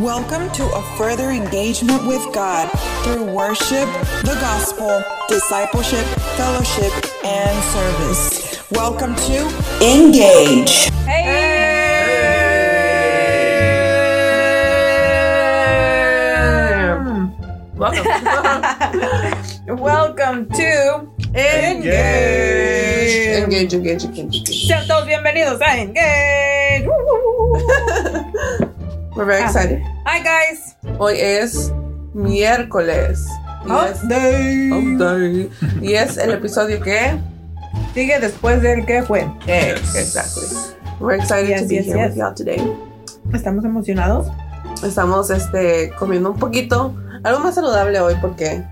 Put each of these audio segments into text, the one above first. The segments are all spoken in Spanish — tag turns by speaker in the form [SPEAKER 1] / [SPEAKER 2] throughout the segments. [SPEAKER 1] Welcome to a further engagement with God through worship, the gospel, discipleship, fellowship, and service. Welcome to Engage.
[SPEAKER 2] Welcome.
[SPEAKER 1] Welcome to
[SPEAKER 2] Engage.
[SPEAKER 3] Engage, engage, engage, engage.
[SPEAKER 1] Sean todos bienvenidos a Engage. Woo, woo, woo, woo.
[SPEAKER 3] We're
[SPEAKER 1] Ah.
[SPEAKER 3] very excited.
[SPEAKER 1] Hi guys.
[SPEAKER 3] Hoy es miércoles. Y
[SPEAKER 1] Oh.
[SPEAKER 3] es-
[SPEAKER 1] Update.
[SPEAKER 3] Hump day. Y es el episodio que.
[SPEAKER 1] Sigue después del que fue.
[SPEAKER 3] Yes. Exactly. We're excited
[SPEAKER 1] Yes,
[SPEAKER 3] to be
[SPEAKER 1] yes,
[SPEAKER 3] here
[SPEAKER 1] yes.
[SPEAKER 3] with y'all today.
[SPEAKER 1] Estamos emocionados.
[SPEAKER 3] Estamos este, comiendo un poquito. Algo más saludable hoy porque.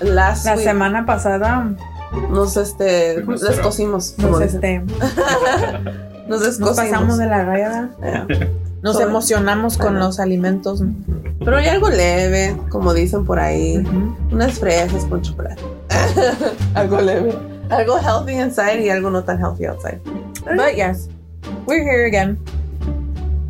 [SPEAKER 3] Last
[SPEAKER 1] La
[SPEAKER 3] week
[SPEAKER 1] semana pasada
[SPEAKER 3] nos este
[SPEAKER 2] Fuimos
[SPEAKER 3] les
[SPEAKER 2] cero.
[SPEAKER 3] cosimos como
[SPEAKER 1] nos,
[SPEAKER 3] dicen.
[SPEAKER 1] este,
[SPEAKER 3] nos
[SPEAKER 1] nos
[SPEAKER 3] descosimos
[SPEAKER 1] pasamos de la raya.
[SPEAKER 3] Eh,
[SPEAKER 4] Nos
[SPEAKER 3] Sobre-
[SPEAKER 4] emocionamos con
[SPEAKER 3] Ajá.
[SPEAKER 4] los alimentos.
[SPEAKER 3] pero hay algo leve como dicen por ahí
[SPEAKER 1] Ujú.
[SPEAKER 3] Unas fresas con chocolate. algo leve. Algo healthy inside y algo no tan healthy outside.
[SPEAKER 4] But yes, we're here again.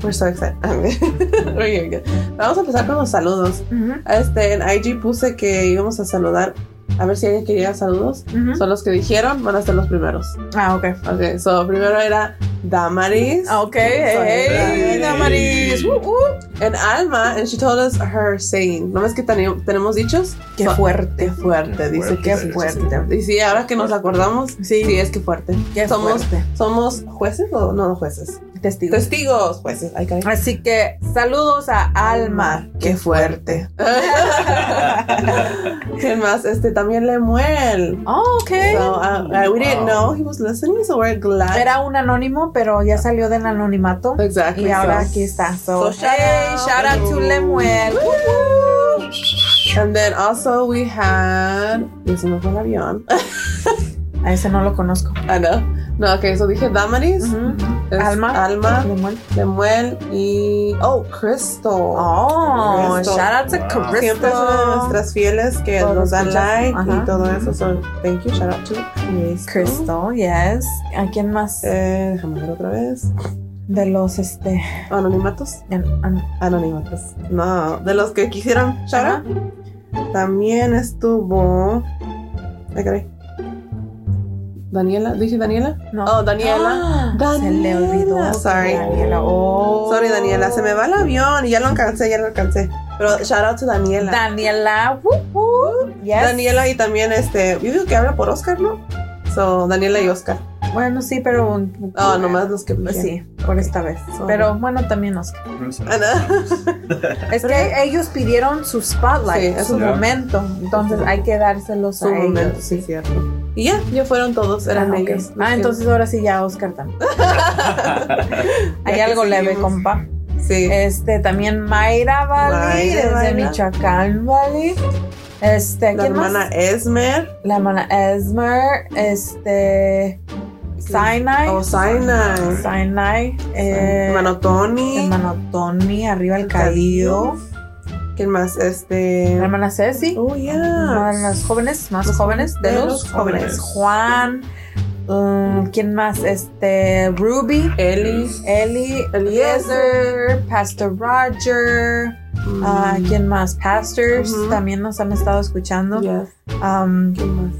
[SPEAKER 3] We're so excited. We're here again. Vamos a empezar con los saludos.
[SPEAKER 1] Ujú,
[SPEAKER 3] Este, en IG puse que íbamos a saludar. A ver si alguien quería saludos.
[SPEAKER 1] ujú.
[SPEAKER 3] Son los que dijeron, van a ser los primeros.
[SPEAKER 4] Ah, ok.
[SPEAKER 3] Ok, so primero era Damaris.
[SPEAKER 4] Ah, Ok, hey, hey,
[SPEAKER 3] Hey.
[SPEAKER 4] Damaris. Uh, uh.
[SPEAKER 3] En Alma, and she told us her saying. No es que teni- tenemos dichos.
[SPEAKER 4] Qué
[SPEAKER 3] So-
[SPEAKER 4] fuerte.
[SPEAKER 3] Qué fuerte, dice
[SPEAKER 2] Fuerte,
[SPEAKER 3] qué
[SPEAKER 2] sí, sí,
[SPEAKER 3] fuerte. Y sí, ahora que nos acordamos, sí, es que fuerte.
[SPEAKER 4] Qué
[SPEAKER 3] Somos-
[SPEAKER 4] fuerte.
[SPEAKER 3] ¿Somos jueces o no jueces?
[SPEAKER 4] Testigos.
[SPEAKER 3] Testigos, jueces. Ay, caray.
[SPEAKER 4] Así que saludos a Alma.
[SPEAKER 3] Qué fuerte. ¿Quién más? Este también Lemuel.
[SPEAKER 4] Oh, ok.
[SPEAKER 3] So, uh, uh, we didn't know
[SPEAKER 2] Wow.
[SPEAKER 3] he was listening, so we're glad.
[SPEAKER 4] Era un anónimo, pero ya salió del anonimato.
[SPEAKER 3] exactly.
[SPEAKER 4] Y ahora
[SPEAKER 3] so-
[SPEAKER 4] aquí está.
[SPEAKER 3] So
[SPEAKER 4] So,
[SPEAKER 3] shout
[SPEAKER 4] hey,
[SPEAKER 3] out.
[SPEAKER 4] shout out to Lemuel. Uh, uh.
[SPEAKER 3] And then also we had. Y se me fue el avión.
[SPEAKER 4] A ese no lo conozco. Pues,
[SPEAKER 3] Ah, no. No, ok, so dije Damaris. es
[SPEAKER 4] Alma.
[SPEAKER 3] Alma.
[SPEAKER 4] Lemuel.
[SPEAKER 3] Lemuel y. Oh, Crystal.
[SPEAKER 4] Oh,
[SPEAKER 3] Crystal.
[SPEAKER 4] shout out to
[SPEAKER 2] Wow.
[SPEAKER 4] Crystal.
[SPEAKER 3] Ah, Siempre es una de nuestras fieles que
[SPEAKER 4] Todo
[SPEAKER 3] nos dan
[SPEAKER 4] escuchas.
[SPEAKER 3] like y
[SPEAKER 4] Ajá.
[SPEAKER 3] todo eso. So, thank you, shout out to
[SPEAKER 4] Crystal, yes. ¿A quién más?
[SPEAKER 3] Eh, déjame ver otra vez.
[SPEAKER 4] De los, este...
[SPEAKER 3] Anonimatos.
[SPEAKER 4] an- an-
[SPEAKER 3] Anonimatos. No, de los que quisieron shout
[SPEAKER 4] Ajá.
[SPEAKER 3] out. También estuvo. Ay, caray. Daniela, dije Daniela.
[SPEAKER 4] no.
[SPEAKER 3] Oh, Daniela.
[SPEAKER 4] Ah, Se le
[SPEAKER 3] Daniela,
[SPEAKER 4] olvidó.
[SPEAKER 3] sorry.
[SPEAKER 4] Daniela, oh.
[SPEAKER 3] Sorry, Daniela, se me va el avión y ya lo alcancé, ya lo alcancé. Pero shout out to Daniela. uh,
[SPEAKER 4] Daniela, woo, woo. Yes.
[SPEAKER 3] Daniela y también este. Yo digo que habla por Oscar, ¿no? So, Daniela y Oscar.
[SPEAKER 4] Bueno, sí, pero... un-
[SPEAKER 3] Ah, nomás los que
[SPEAKER 4] Pues
[SPEAKER 3] dije.
[SPEAKER 4] Sí, por esta vez.
[SPEAKER 3] Sorry.
[SPEAKER 4] Pero bueno, también nos...
[SPEAKER 3] Ah, no.
[SPEAKER 4] Es que ellos pidieron su
[SPEAKER 3] Sí,
[SPEAKER 4] spotlight,
[SPEAKER 3] eso
[SPEAKER 4] su
[SPEAKER 2] ya.
[SPEAKER 4] momento. Entonces hay que dárselos
[SPEAKER 3] Su
[SPEAKER 4] a ellos.
[SPEAKER 3] momento, sí, cierto. Y ya, ya fueron todos, eran
[SPEAKER 4] Ah, ok.
[SPEAKER 3] ellos.
[SPEAKER 4] Ah, entonces ahora sí ya Oscar también. Hay
[SPEAKER 3] Ya que
[SPEAKER 4] algo leve,
[SPEAKER 3] seguimos.
[SPEAKER 4] compa.
[SPEAKER 3] Sí.
[SPEAKER 4] Este, también Mayra Valley,
[SPEAKER 3] Mayra
[SPEAKER 4] desde
[SPEAKER 3] Valley.
[SPEAKER 4] Michoacán Valley. Este,
[SPEAKER 3] La
[SPEAKER 4] ¿quién más?
[SPEAKER 3] hermana Esmer.
[SPEAKER 4] La hermana Esmer, este, Sinai.
[SPEAKER 3] O Oh, Sinai.
[SPEAKER 4] Sinai, eh,
[SPEAKER 3] hermano Tony.
[SPEAKER 4] Ah, hermano Tony, arriba el caído.
[SPEAKER 3] ¿Quién más? Este.
[SPEAKER 4] La hermana Ceci,
[SPEAKER 3] Oh, yeah.
[SPEAKER 4] una de las jóvenes, más jóvenes de, los jóvenes. Juan, mm, ¿quién más? Este, Ruby,
[SPEAKER 3] Eli.
[SPEAKER 4] Ellie, Eliezer, Pastor Roger. Ah,
[SPEAKER 3] Mm,
[SPEAKER 4] ¿Quién más? Pastors
[SPEAKER 3] Ujú.
[SPEAKER 4] también nos han estado escuchando.
[SPEAKER 3] yes.
[SPEAKER 4] Um,
[SPEAKER 3] ¿Quién más?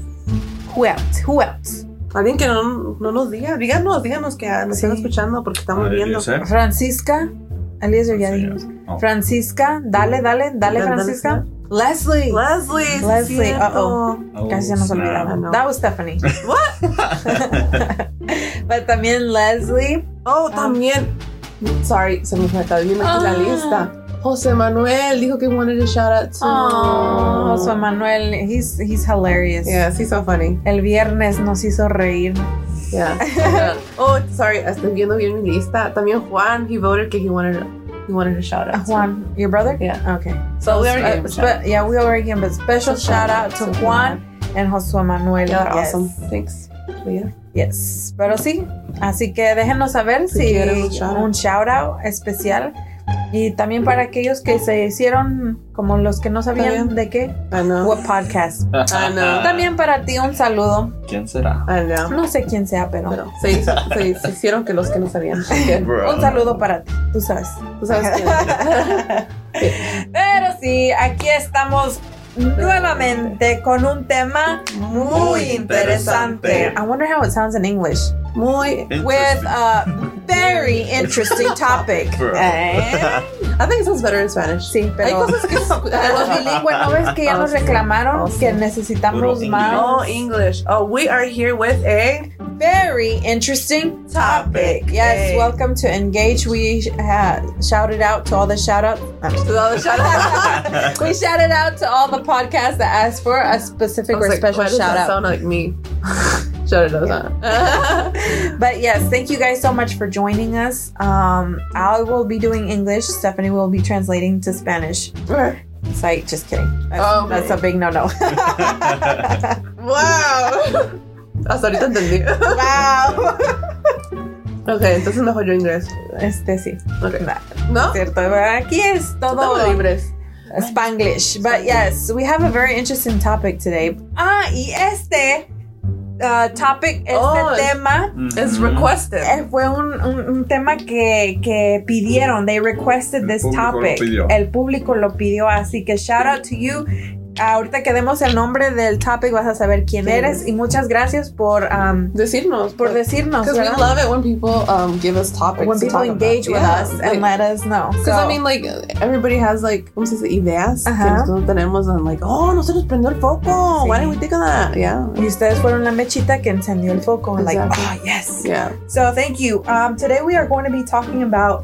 [SPEAKER 4] who else? Who else?
[SPEAKER 3] Alguien que no, no nos diga. Díganos, díganos que ah, nos
[SPEAKER 4] Sí.
[SPEAKER 3] están escuchando porque estamos viendo.
[SPEAKER 4] Francisca. Eliezer ya dijimos. Francisca. Dale, dale, dale,
[SPEAKER 3] Dale,
[SPEAKER 4] Francisca. Leslie.
[SPEAKER 3] Leslie. sí,
[SPEAKER 4] Leslie,
[SPEAKER 3] cierto.
[SPEAKER 4] Casi se nos olvidaba.
[SPEAKER 3] no.
[SPEAKER 4] That was Stephanie. But también Leslie.
[SPEAKER 3] Oh,
[SPEAKER 4] Ah.
[SPEAKER 3] también. Sorry, se me falta bien aquí la
[SPEAKER 4] Ah.
[SPEAKER 3] lista. José Manuel dijo que wanted a shout out to.
[SPEAKER 4] Oh, José Manuel. He's, he's hilarious.
[SPEAKER 3] Yeah, he's so funny.
[SPEAKER 4] El viernes nos hizo reír. Ah,
[SPEAKER 3] Yeah. oh, sorry, estoy viendo bien mi lista. También Juan, he voted que he wanted, he wanted a shout out. to.
[SPEAKER 4] Juan, your brother?
[SPEAKER 3] Yeah.
[SPEAKER 4] Okay.
[SPEAKER 3] So we already
[SPEAKER 4] Uh,
[SPEAKER 3] gave him a shout out.
[SPEAKER 4] but yeah, we already gave him a special shout out to Juan and Josué Manuel.
[SPEAKER 3] Yeah,
[SPEAKER 4] Yes.
[SPEAKER 3] awesome. Thanks. But yeah.
[SPEAKER 4] Yes. Pero sí, así que déjenos saber
[SPEAKER 3] Si
[SPEAKER 4] si,
[SPEAKER 3] quieren un shout out.
[SPEAKER 4] un shout out especial Y también para aquellos que se hicieron como los que no sabían
[SPEAKER 3] También.
[SPEAKER 4] de qué,
[SPEAKER 3] Ah, no.
[SPEAKER 4] what podcast.
[SPEAKER 3] Ah, no.
[SPEAKER 4] También para ti un saludo.
[SPEAKER 5] ¿Quién será?
[SPEAKER 3] Ah, no.
[SPEAKER 4] No sé quién sea, pero
[SPEAKER 3] Pero se, hizo- se, hizo- se hicieron que los que no sabían. Ok,
[SPEAKER 5] Bro.
[SPEAKER 4] un saludo para ti, tú sabes.
[SPEAKER 3] Tú sabes quién eres.
[SPEAKER 4] Pero sí, aquí estamos nuevamente con un tema muy interesante. I wonder how it sounds in English.
[SPEAKER 3] Muy.
[SPEAKER 4] With a very interesting topic.
[SPEAKER 5] Bro.
[SPEAKER 4] Eh,
[SPEAKER 3] I think it sounds better in Spanish.
[SPEAKER 4] Sí,
[SPEAKER 3] Hay
[SPEAKER 4] pero
[SPEAKER 3] cosas que.
[SPEAKER 4] a los bilingües no ves que ya nos reclamaron
[SPEAKER 3] Oh, sí.
[SPEAKER 4] que necesitamos
[SPEAKER 5] Puro
[SPEAKER 4] más.
[SPEAKER 3] No English. Oh, we are here with a.
[SPEAKER 4] Very interesting topic.
[SPEAKER 3] Topic.
[SPEAKER 4] Yes,
[SPEAKER 3] Yay.
[SPEAKER 4] welcome to Engage. We uh, shouted out to all the shout out. we shouted out to all the podcasts that asked for a specific or special shout out.
[SPEAKER 3] Sound like me. Shout out.
[SPEAKER 4] But yes, thank you guys so much for joining us. Um, I will be doing English. Stephanie will be translating to Spanish. Sorry, just kidding. That's,
[SPEAKER 3] Oh.
[SPEAKER 4] that's a big no-no.
[SPEAKER 3] Wow. Hasta ahorita entendí.
[SPEAKER 4] wow.
[SPEAKER 3] Ok, entonces mejor yo inglés.
[SPEAKER 4] Este sí,
[SPEAKER 3] Ok.
[SPEAKER 4] Nah,
[SPEAKER 3] ¿No?
[SPEAKER 4] cierto. Aquí es
[SPEAKER 3] Estamos
[SPEAKER 4] todo
[SPEAKER 3] libres.
[SPEAKER 4] Spanglish. But yes, we have a very interesting topic today. Ah, y este uh, topic, este
[SPEAKER 3] Oh, es-
[SPEAKER 4] tema.
[SPEAKER 3] Es
[SPEAKER 5] Mhm.
[SPEAKER 3] requested.
[SPEAKER 4] Eh, Fue un, un- un tema que, que pidieron. They requested
[SPEAKER 5] El
[SPEAKER 4] this
[SPEAKER 5] público lo
[SPEAKER 4] topic.
[SPEAKER 5] pidió.
[SPEAKER 4] El público lo pidió. Así que shout out to you. Ahorita que demos el nombre del topic vas a saber quién
[SPEAKER 3] ¿Quién
[SPEAKER 4] eres.
[SPEAKER 3] eres?
[SPEAKER 4] Y muchas gracias por, um,
[SPEAKER 3] Decirnos.
[SPEAKER 4] por decirnos.
[SPEAKER 3] Because we
[SPEAKER 4] ¿verdad?
[SPEAKER 3] love it when people um, give us topics.
[SPEAKER 4] When people engage with us and let us know.
[SPEAKER 3] Because I mean, like everybody has like ¿cómo se dice? ideas que
[SPEAKER 4] Ajá.
[SPEAKER 3] nosotros no tenemos, and like oh, no se nos prendió el foco. Why didn't we think of that? Yeah,
[SPEAKER 4] y ustedes fueron la mechita que encendió el foco. Like,
[SPEAKER 3] Exacto.
[SPEAKER 4] oh, yes.
[SPEAKER 3] yeah.
[SPEAKER 4] So, thank you. Um, today we are going to be talking about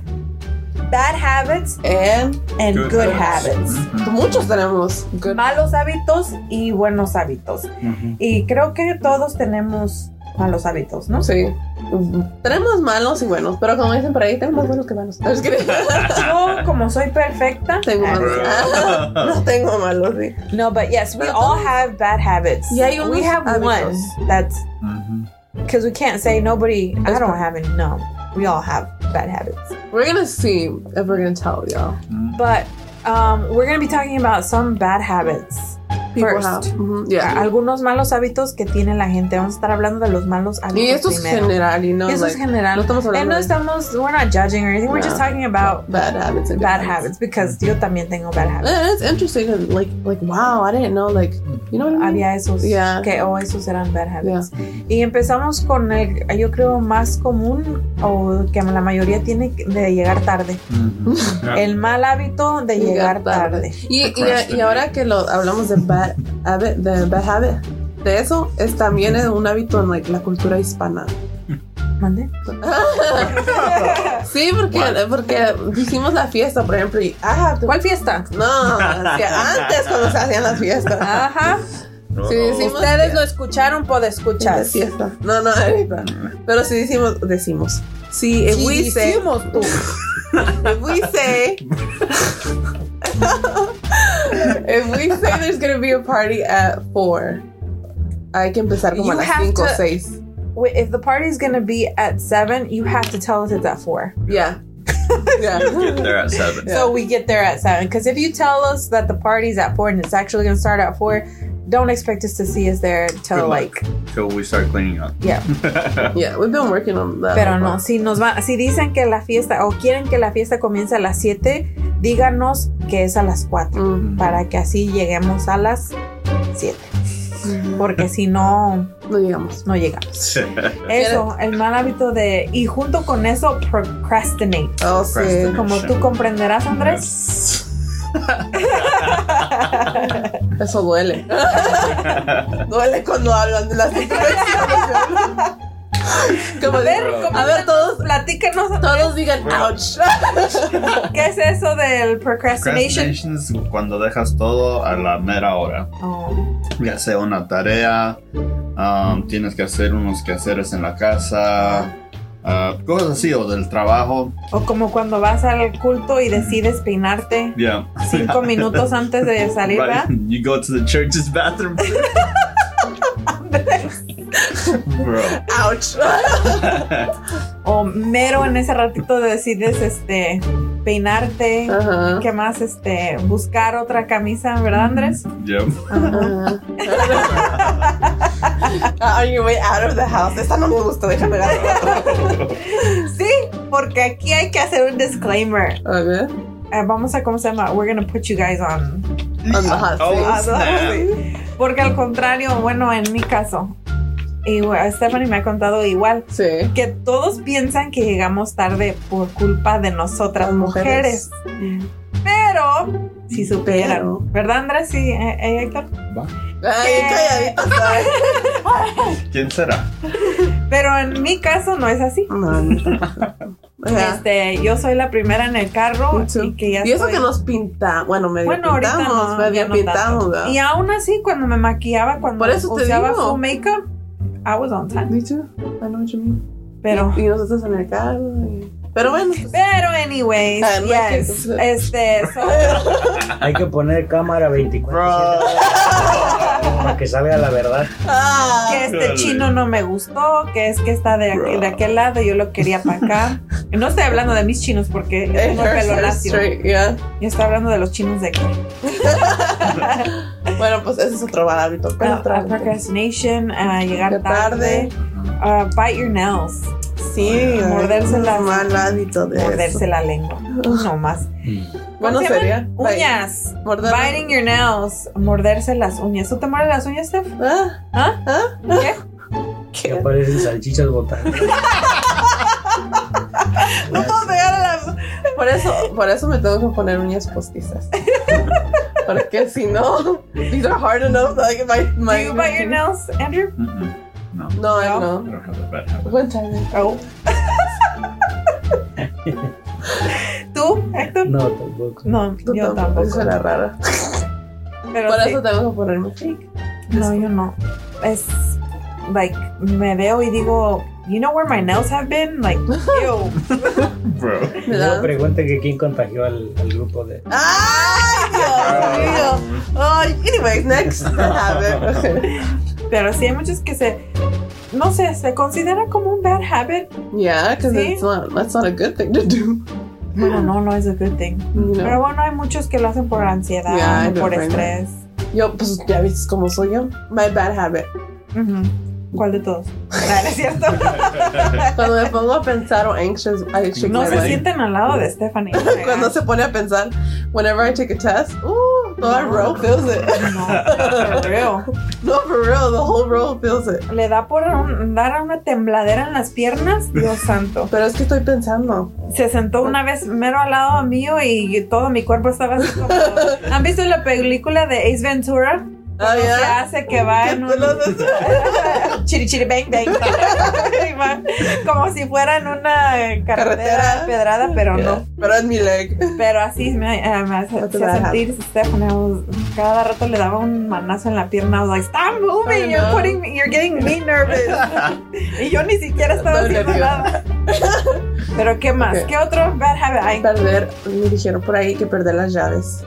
[SPEAKER 4] bad habits
[SPEAKER 3] And
[SPEAKER 4] and good,
[SPEAKER 5] Good
[SPEAKER 4] habits. Mm-hmm.
[SPEAKER 5] habits. Mhm.
[SPEAKER 3] muchos tenemos good.
[SPEAKER 4] malos hábitos y buenos hábitos.
[SPEAKER 5] Mhm.
[SPEAKER 4] Y creo que todos tenemos malos hábitos, ¿no?
[SPEAKER 3] Sí. Tenemos malos y buenos, pero como dicen por ahí, tenemos más buenos que malos. No, es que-
[SPEAKER 4] Yo, como soy perfecta,
[SPEAKER 3] tengo malos. no tengo malos, sí.
[SPEAKER 4] no, but yes, we
[SPEAKER 3] Pero
[SPEAKER 4] all
[SPEAKER 3] todos-
[SPEAKER 4] have bad habits.
[SPEAKER 3] Y hay unos
[SPEAKER 4] we have
[SPEAKER 3] hábitos.
[SPEAKER 4] one that's
[SPEAKER 5] Mhm.
[SPEAKER 4] because we can't say nobody. I
[SPEAKER 3] Es-
[SPEAKER 4] don't have any. No, we all have bad habits.
[SPEAKER 3] We're gonna see if we're gonna tell y'all.
[SPEAKER 5] Mhm.
[SPEAKER 4] But um, we're gonna be talking about some bad habits.
[SPEAKER 3] People
[SPEAKER 4] First.
[SPEAKER 3] have. Mhm, yeah.
[SPEAKER 4] Algunos malos hábitos que tiene la gente. Vamos a estar hablando de los malos hábitos
[SPEAKER 3] Y esto es
[SPEAKER 4] primero.
[SPEAKER 3] general, y no
[SPEAKER 4] Y eso es
[SPEAKER 3] like,
[SPEAKER 4] general.
[SPEAKER 3] No estamos
[SPEAKER 4] Eh,
[SPEAKER 3] hablando
[SPEAKER 4] no
[SPEAKER 3] de
[SPEAKER 4] estamos. We're not judging or anything. We're just
[SPEAKER 3] No.
[SPEAKER 4] talking about
[SPEAKER 3] bad habits. and good
[SPEAKER 4] bad habits because yo también tengo bad habits.
[SPEAKER 3] And it's interesting, and like, like wow, I didn't know, like, you know what I mean?
[SPEAKER 4] Había esos
[SPEAKER 3] Yeah.
[SPEAKER 4] que o esos eran bad habits. Y empezamos con el, yo creo, más común o que la mayoría tiene de llegar tarde.
[SPEAKER 5] Mhm. Yeah.
[SPEAKER 4] El mal hábito de llegar tarde.
[SPEAKER 3] Y, y, y
[SPEAKER 5] Procrastinate.
[SPEAKER 3] ahora que lo hablamos de bad habit, de bad habit, de eso es también es un hábito en like, la cultura hispana.
[SPEAKER 4] ¿Mande?
[SPEAKER 3] Sí, porque, porque hicimos la fiesta, por ejemplo, y ah, te-
[SPEAKER 4] ¿Cuál fiesta?
[SPEAKER 3] no, es que antes cuando se hacían las fiestas.
[SPEAKER 4] Ajá.
[SPEAKER 5] No.
[SPEAKER 3] Sí, sí.
[SPEAKER 4] Ustedes lo escucharon por
[SPEAKER 3] Las
[SPEAKER 4] escuchar.
[SPEAKER 3] fiestas. No, no, ahorita. Pero si decimos, decimos. Si if we say,
[SPEAKER 4] tú.
[SPEAKER 3] if we say, if we say there's gonna be a party at four, hay que empezar como
[SPEAKER 4] You
[SPEAKER 3] a las
[SPEAKER 4] have
[SPEAKER 3] cinco o
[SPEAKER 4] to-
[SPEAKER 3] seis.
[SPEAKER 4] Wait, if the party is gonna be at seven, you have to tell us it's at four.
[SPEAKER 3] Yeah.
[SPEAKER 5] You
[SPEAKER 3] yeah.
[SPEAKER 5] get there at seven.
[SPEAKER 4] So we get there at seven. Because if you tell us that the party's at four and it's actually going to start at four, don't expect us to see us there till
[SPEAKER 5] Good
[SPEAKER 4] like.
[SPEAKER 5] luck. Till we start cleaning up.
[SPEAKER 4] Yeah.
[SPEAKER 3] Yeah, we've been working on that.
[SPEAKER 4] Pero no, si nos va, si dicen que la fiesta o quieren que la fiesta comience a las siete, díganos que es a las cuatro
[SPEAKER 3] Mm.
[SPEAKER 4] para que así lleguemos a las siete. Porque si no,
[SPEAKER 3] No llegamos.
[SPEAKER 4] no llegamos. Eso, el mal hábito de. Y junto con eso, procrastinate.
[SPEAKER 3] Oh, sí.
[SPEAKER 5] Procrastinate.
[SPEAKER 4] Como tú comprenderás, Andrés.
[SPEAKER 3] Eso duele. duele cuando hablan de las situaciones. Como
[SPEAKER 4] A ver,
[SPEAKER 3] de-
[SPEAKER 5] Bro.
[SPEAKER 3] a ver, todos,
[SPEAKER 4] Platícanos, Andrés.
[SPEAKER 3] todos digan, ouch.
[SPEAKER 4] ¿Qué es eso del procrastination?
[SPEAKER 5] Procrastination es cuando dejas todo a la mera hora.
[SPEAKER 4] Oh,
[SPEAKER 5] Ya sea una tarea, um, tienes que hacer unos quehaceres en la casa, ah, cosas así, o del trabajo.
[SPEAKER 4] O como cuando vas al culto y decides peinarte
[SPEAKER 5] Yeah.
[SPEAKER 4] cinco minutos antes de salir, ¿verdad?
[SPEAKER 5] But you go to the church's bathroom. Bro.
[SPEAKER 3] Ouch.
[SPEAKER 4] O mero en ese ratito decides este peinarte.
[SPEAKER 3] Ajá.
[SPEAKER 4] ¿Qué más? Este, buscar otra camisa, ¿verdad, Andrés?
[SPEAKER 5] Yep.
[SPEAKER 3] Ah, On your way out of the house. Esta no me gustó, déjame agarrar.
[SPEAKER 4] Sí, porque aquí hay que hacer un disclaimer.
[SPEAKER 3] A ver.
[SPEAKER 4] Eh, vamos a, ¿cómo se llama? We're gonna put you guys on.
[SPEAKER 3] Ajá, sí.
[SPEAKER 5] Oh,
[SPEAKER 4] Ah,
[SPEAKER 5] snap.
[SPEAKER 4] sí. Porque al contrario, bueno, en mi caso, y bueno, Stephanie me ha contado igual,
[SPEAKER 3] Sí.
[SPEAKER 4] que todos piensan que llegamos tarde por culpa de nosotras
[SPEAKER 3] Las
[SPEAKER 4] mujeres.
[SPEAKER 3] mujeres.
[SPEAKER 4] Pero, si supieran,
[SPEAKER 3] Pero.
[SPEAKER 4] ¿verdad, Andrés? Sí, eh, eh, Héctor.
[SPEAKER 3] Ay,
[SPEAKER 4] Yeah.
[SPEAKER 3] calladita soy.
[SPEAKER 5] ¿Quién será?
[SPEAKER 4] Pero en mi caso no es así.
[SPEAKER 3] No, neta. O sea,
[SPEAKER 4] Este, yo soy la primera en el carro
[SPEAKER 3] me too.
[SPEAKER 4] y que ya
[SPEAKER 3] y eso
[SPEAKER 4] estoy-
[SPEAKER 3] que nos pinta, bueno, medio
[SPEAKER 4] Bueno, ahorita
[SPEAKER 3] pintamos,
[SPEAKER 4] no, ya
[SPEAKER 3] medio
[SPEAKER 4] no
[SPEAKER 3] pintamos, ¿verdad?
[SPEAKER 4] tanto. Y aún así, cuando me maquillaba, cuando
[SPEAKER 3] Por eso te
[SPEAKER 4] usaba
[SPEAKER 3] digo.
[SPEAKER 4] full makeup, I was on time.
[SPEAKER 3] Me too. I know what you mean.
[SPEAKER 4] Pero,
[SPEAKER 3] Y, y nosotros en el carro. y- Pero bueno.
[SPEAKER 4] pero anyways,
[SPEAKER 3] Ah, no hay que-
[SPEAKER 4] yes, este, so-
[SPEAKER 6] Hay que poner cámara 24 para que salga la verdad.
[SPEAKER 3] Ah.
[SPEAKER 4] que este
[SPEAKER 5] Órale.
[SPEAKER 4] chino no me gustó, que es que está de, aquí-
[SPEAKER 5] Bro.
[SPEAKER 4] de aquel lado, yo lo quería para acá. Y No estoy hablando de mis chinos porque yo tengo el pelo lacio.
[SPEAKER 3] Straight, yeah.
[SPEAKER 4] Yo estoy hablando de los chinos de aquí.
[SPEAKER 3] Bueno, pues ese es otro balabito.
[SPEAKER 4] Ah, ah, procrastination, ah, llegar
[SPEAKER 3] Llegar
[SPEAKER 4] tarde,
[SPEAKER 3] tarde.
[SPEAKER 4] ah, bite your nails,
[SPEAKER 3] Sí,
[SPEAKER 4] Morderse la-
[SPEAKER 3] mal hábito de
[SPEAKER 4] morderse la lengua, no más.
[SPEAKER 3] eso. Bueno,
[SPEAKER 4] ¿Cómo se
[SPEAKER 3] sería.
[SPEAKER 4] Uñas.
[SPEAKER 3] Morder.
[SPEAKER 4] Biting your nails, morderse las uñas. ¿Tú te muerdes las uñas, Steph?
[SPEAKER 3] Ah,
[SPEAKER 4] ¿Ah?
[SPEAKER 3] ah,
[SPEAKER 4] ¿Qué?
[SPEAKER 6] Que aparecen salchichas botanas.
[SPEAKER 3] no, vean la- Por eso, por eso me tengo que poner uñas postizas. Porque si no, these are hard enough. Like my,
[SPEAKER 4] Do
[SPEAKER 3] my
[SPEAKER 4] you bite your nails, Andrew?
[SPEAKER 5] Mm-mm. No,
[SPEAKER 3] No,
[SPEAKER 4] No.
[SPEAKER 3] I
[SPEAKER 5] I
[SPEAKER 3] no.
[SPEAKER 5] don't have a bad habit.
[SPEAKER 3] One time.
[SPEAKER 4] Oh. ¿Tú, Héctor?
[SPEAKER 6] No, tampoco.
[SPEAKER 4] No,
[SPEAKER 3] Tú
[SPEAKER 4] yo
[SPEAKER 3] tampoco. Eso
[SPEAKER 4] tampoco.
[SPEAKER 3] era rara.
[SPEAKER 4] Pero
[SPEAKER 3] Por
[SPEAKER 4] sí.
[SPEAKER 3] eso tengo que ponerme fake.
[SPEAKER 4] No, yo no. Es like me veo y digo, you know where my nails have been? Like, ew.
[SPEAKER 5] Bro.
[SPEAKER 3] Me
[SPEAKER 6] Luego
[SPEAKER 3] da-
[SPEAKER 6] pregunta que quién contagió al, al grupo de.
[SPEAKER 3] ¡Ay,
[SPEAKER 5] Ah.
[SPEAKER 3] Dios mío! Ay, anyways, next. A ver, okay.
[SPEAKER 4] Pero sí hay muchos que se no sé, se considera como un bad habit.
[SPEAKER 3] Yeah, because
[SPEAKER 4] Sí.
[SPEAKER 3] it's not, that's not a good thing to do.
[SPEAKER 4] Bueno, no, no es a good thing.
[SPEAKER 3] You know?
[SPEAKER 4] Pero bueno, hay muchos que lo hacen por ansiedad,
[SPEAKER 3] Yeah, I
[SPEAKER 4] por
[SPEAKER 3] know, right?
[SPEAKER 4] estrés.
[SPEAKER 3] Yo, pues ya viste cómo soy yo. My bad habit.
[SPEAKER 4] Ujú. ¿Cuál de todos? Ah, ¿no es cierto?
[SPEAKER 3] Cuando me pongo a pensar o anxious, I shake
[SPEAKER 4] No
[SPEAKER 3] my
[SPEAKER 4] se
[SPEAKER 5] Bueno.
[SPEAKER 3] leg.
[SPEAKER 4] sienten al lado de Stephanie.
[SPEAKER 3] Cuando se pone a pensar, whenever I take a test, ooh, the whole
[SPEAKER 4] No.
[SPEAKER 3] row feels it.
[SPEAKER 4] No, for real.
[SPEAKER 3] No, for real, the whole row feels it.
[SPEAKER 4] Le da por un- dar a una tembladera en las piernas. Dios santo.
[SPEAKER 3] Pero es que estoy pensando.
[SPEAKER 4] Se sentó una vez mero al lado mío y todo mi cuerpo estaba así como. ¿Han visto la película de Ace Ventura?
[SPEAKER 3] Ah,
[SPEAKER 4] Cuando se
[SPEAKER 3] ya.
[SPEAKER 4] hace que va
[SPEAKER 3] ¿Qué
[SPEAKER 4] en
[SPEAKER 3] te lo
[SPEAKER 4] un.
[SPEAKER 3] haces?
[SPEAKER 4] chiri chiri bang bang. Y va como si fuera en una eh, carretera,
[SPEAKER 3] Carretera.
[SPEAKER 4] pedrada, pero no.
[SPEAKER 3] Pero en mi leg.
[SPEAKER 4] Pero así me, eh, me hace,
[SPEAKER 3] No te
[SPEAKER 4] hacía
[SPEAKER 3] va a dejar.
[SPEAKER 4] sentir Stephanie. I was- Cada rato le daba un manazo en la pierna. I was like, stop moving,
[SPEAKER 3] I
[SPEAKER 4] you're
[SPEAKER 3] know.
[SPEAKER 4] putting me, you're getting me nervous. y yo ni siquiera estaba
[SPEAKER 3] Estoy
[SPEAKER 4] haciendo nada.
[SPEAKER 3] nerviosa.
[SPEAKER 4] Pero ¿qué más?
[SPEAKER 3] Ok.
[SPEAKER 4] ¿Qué otro bad habit hay?
[SPEAKER 3] Perder, me dijeron por ahí que perder las llaves.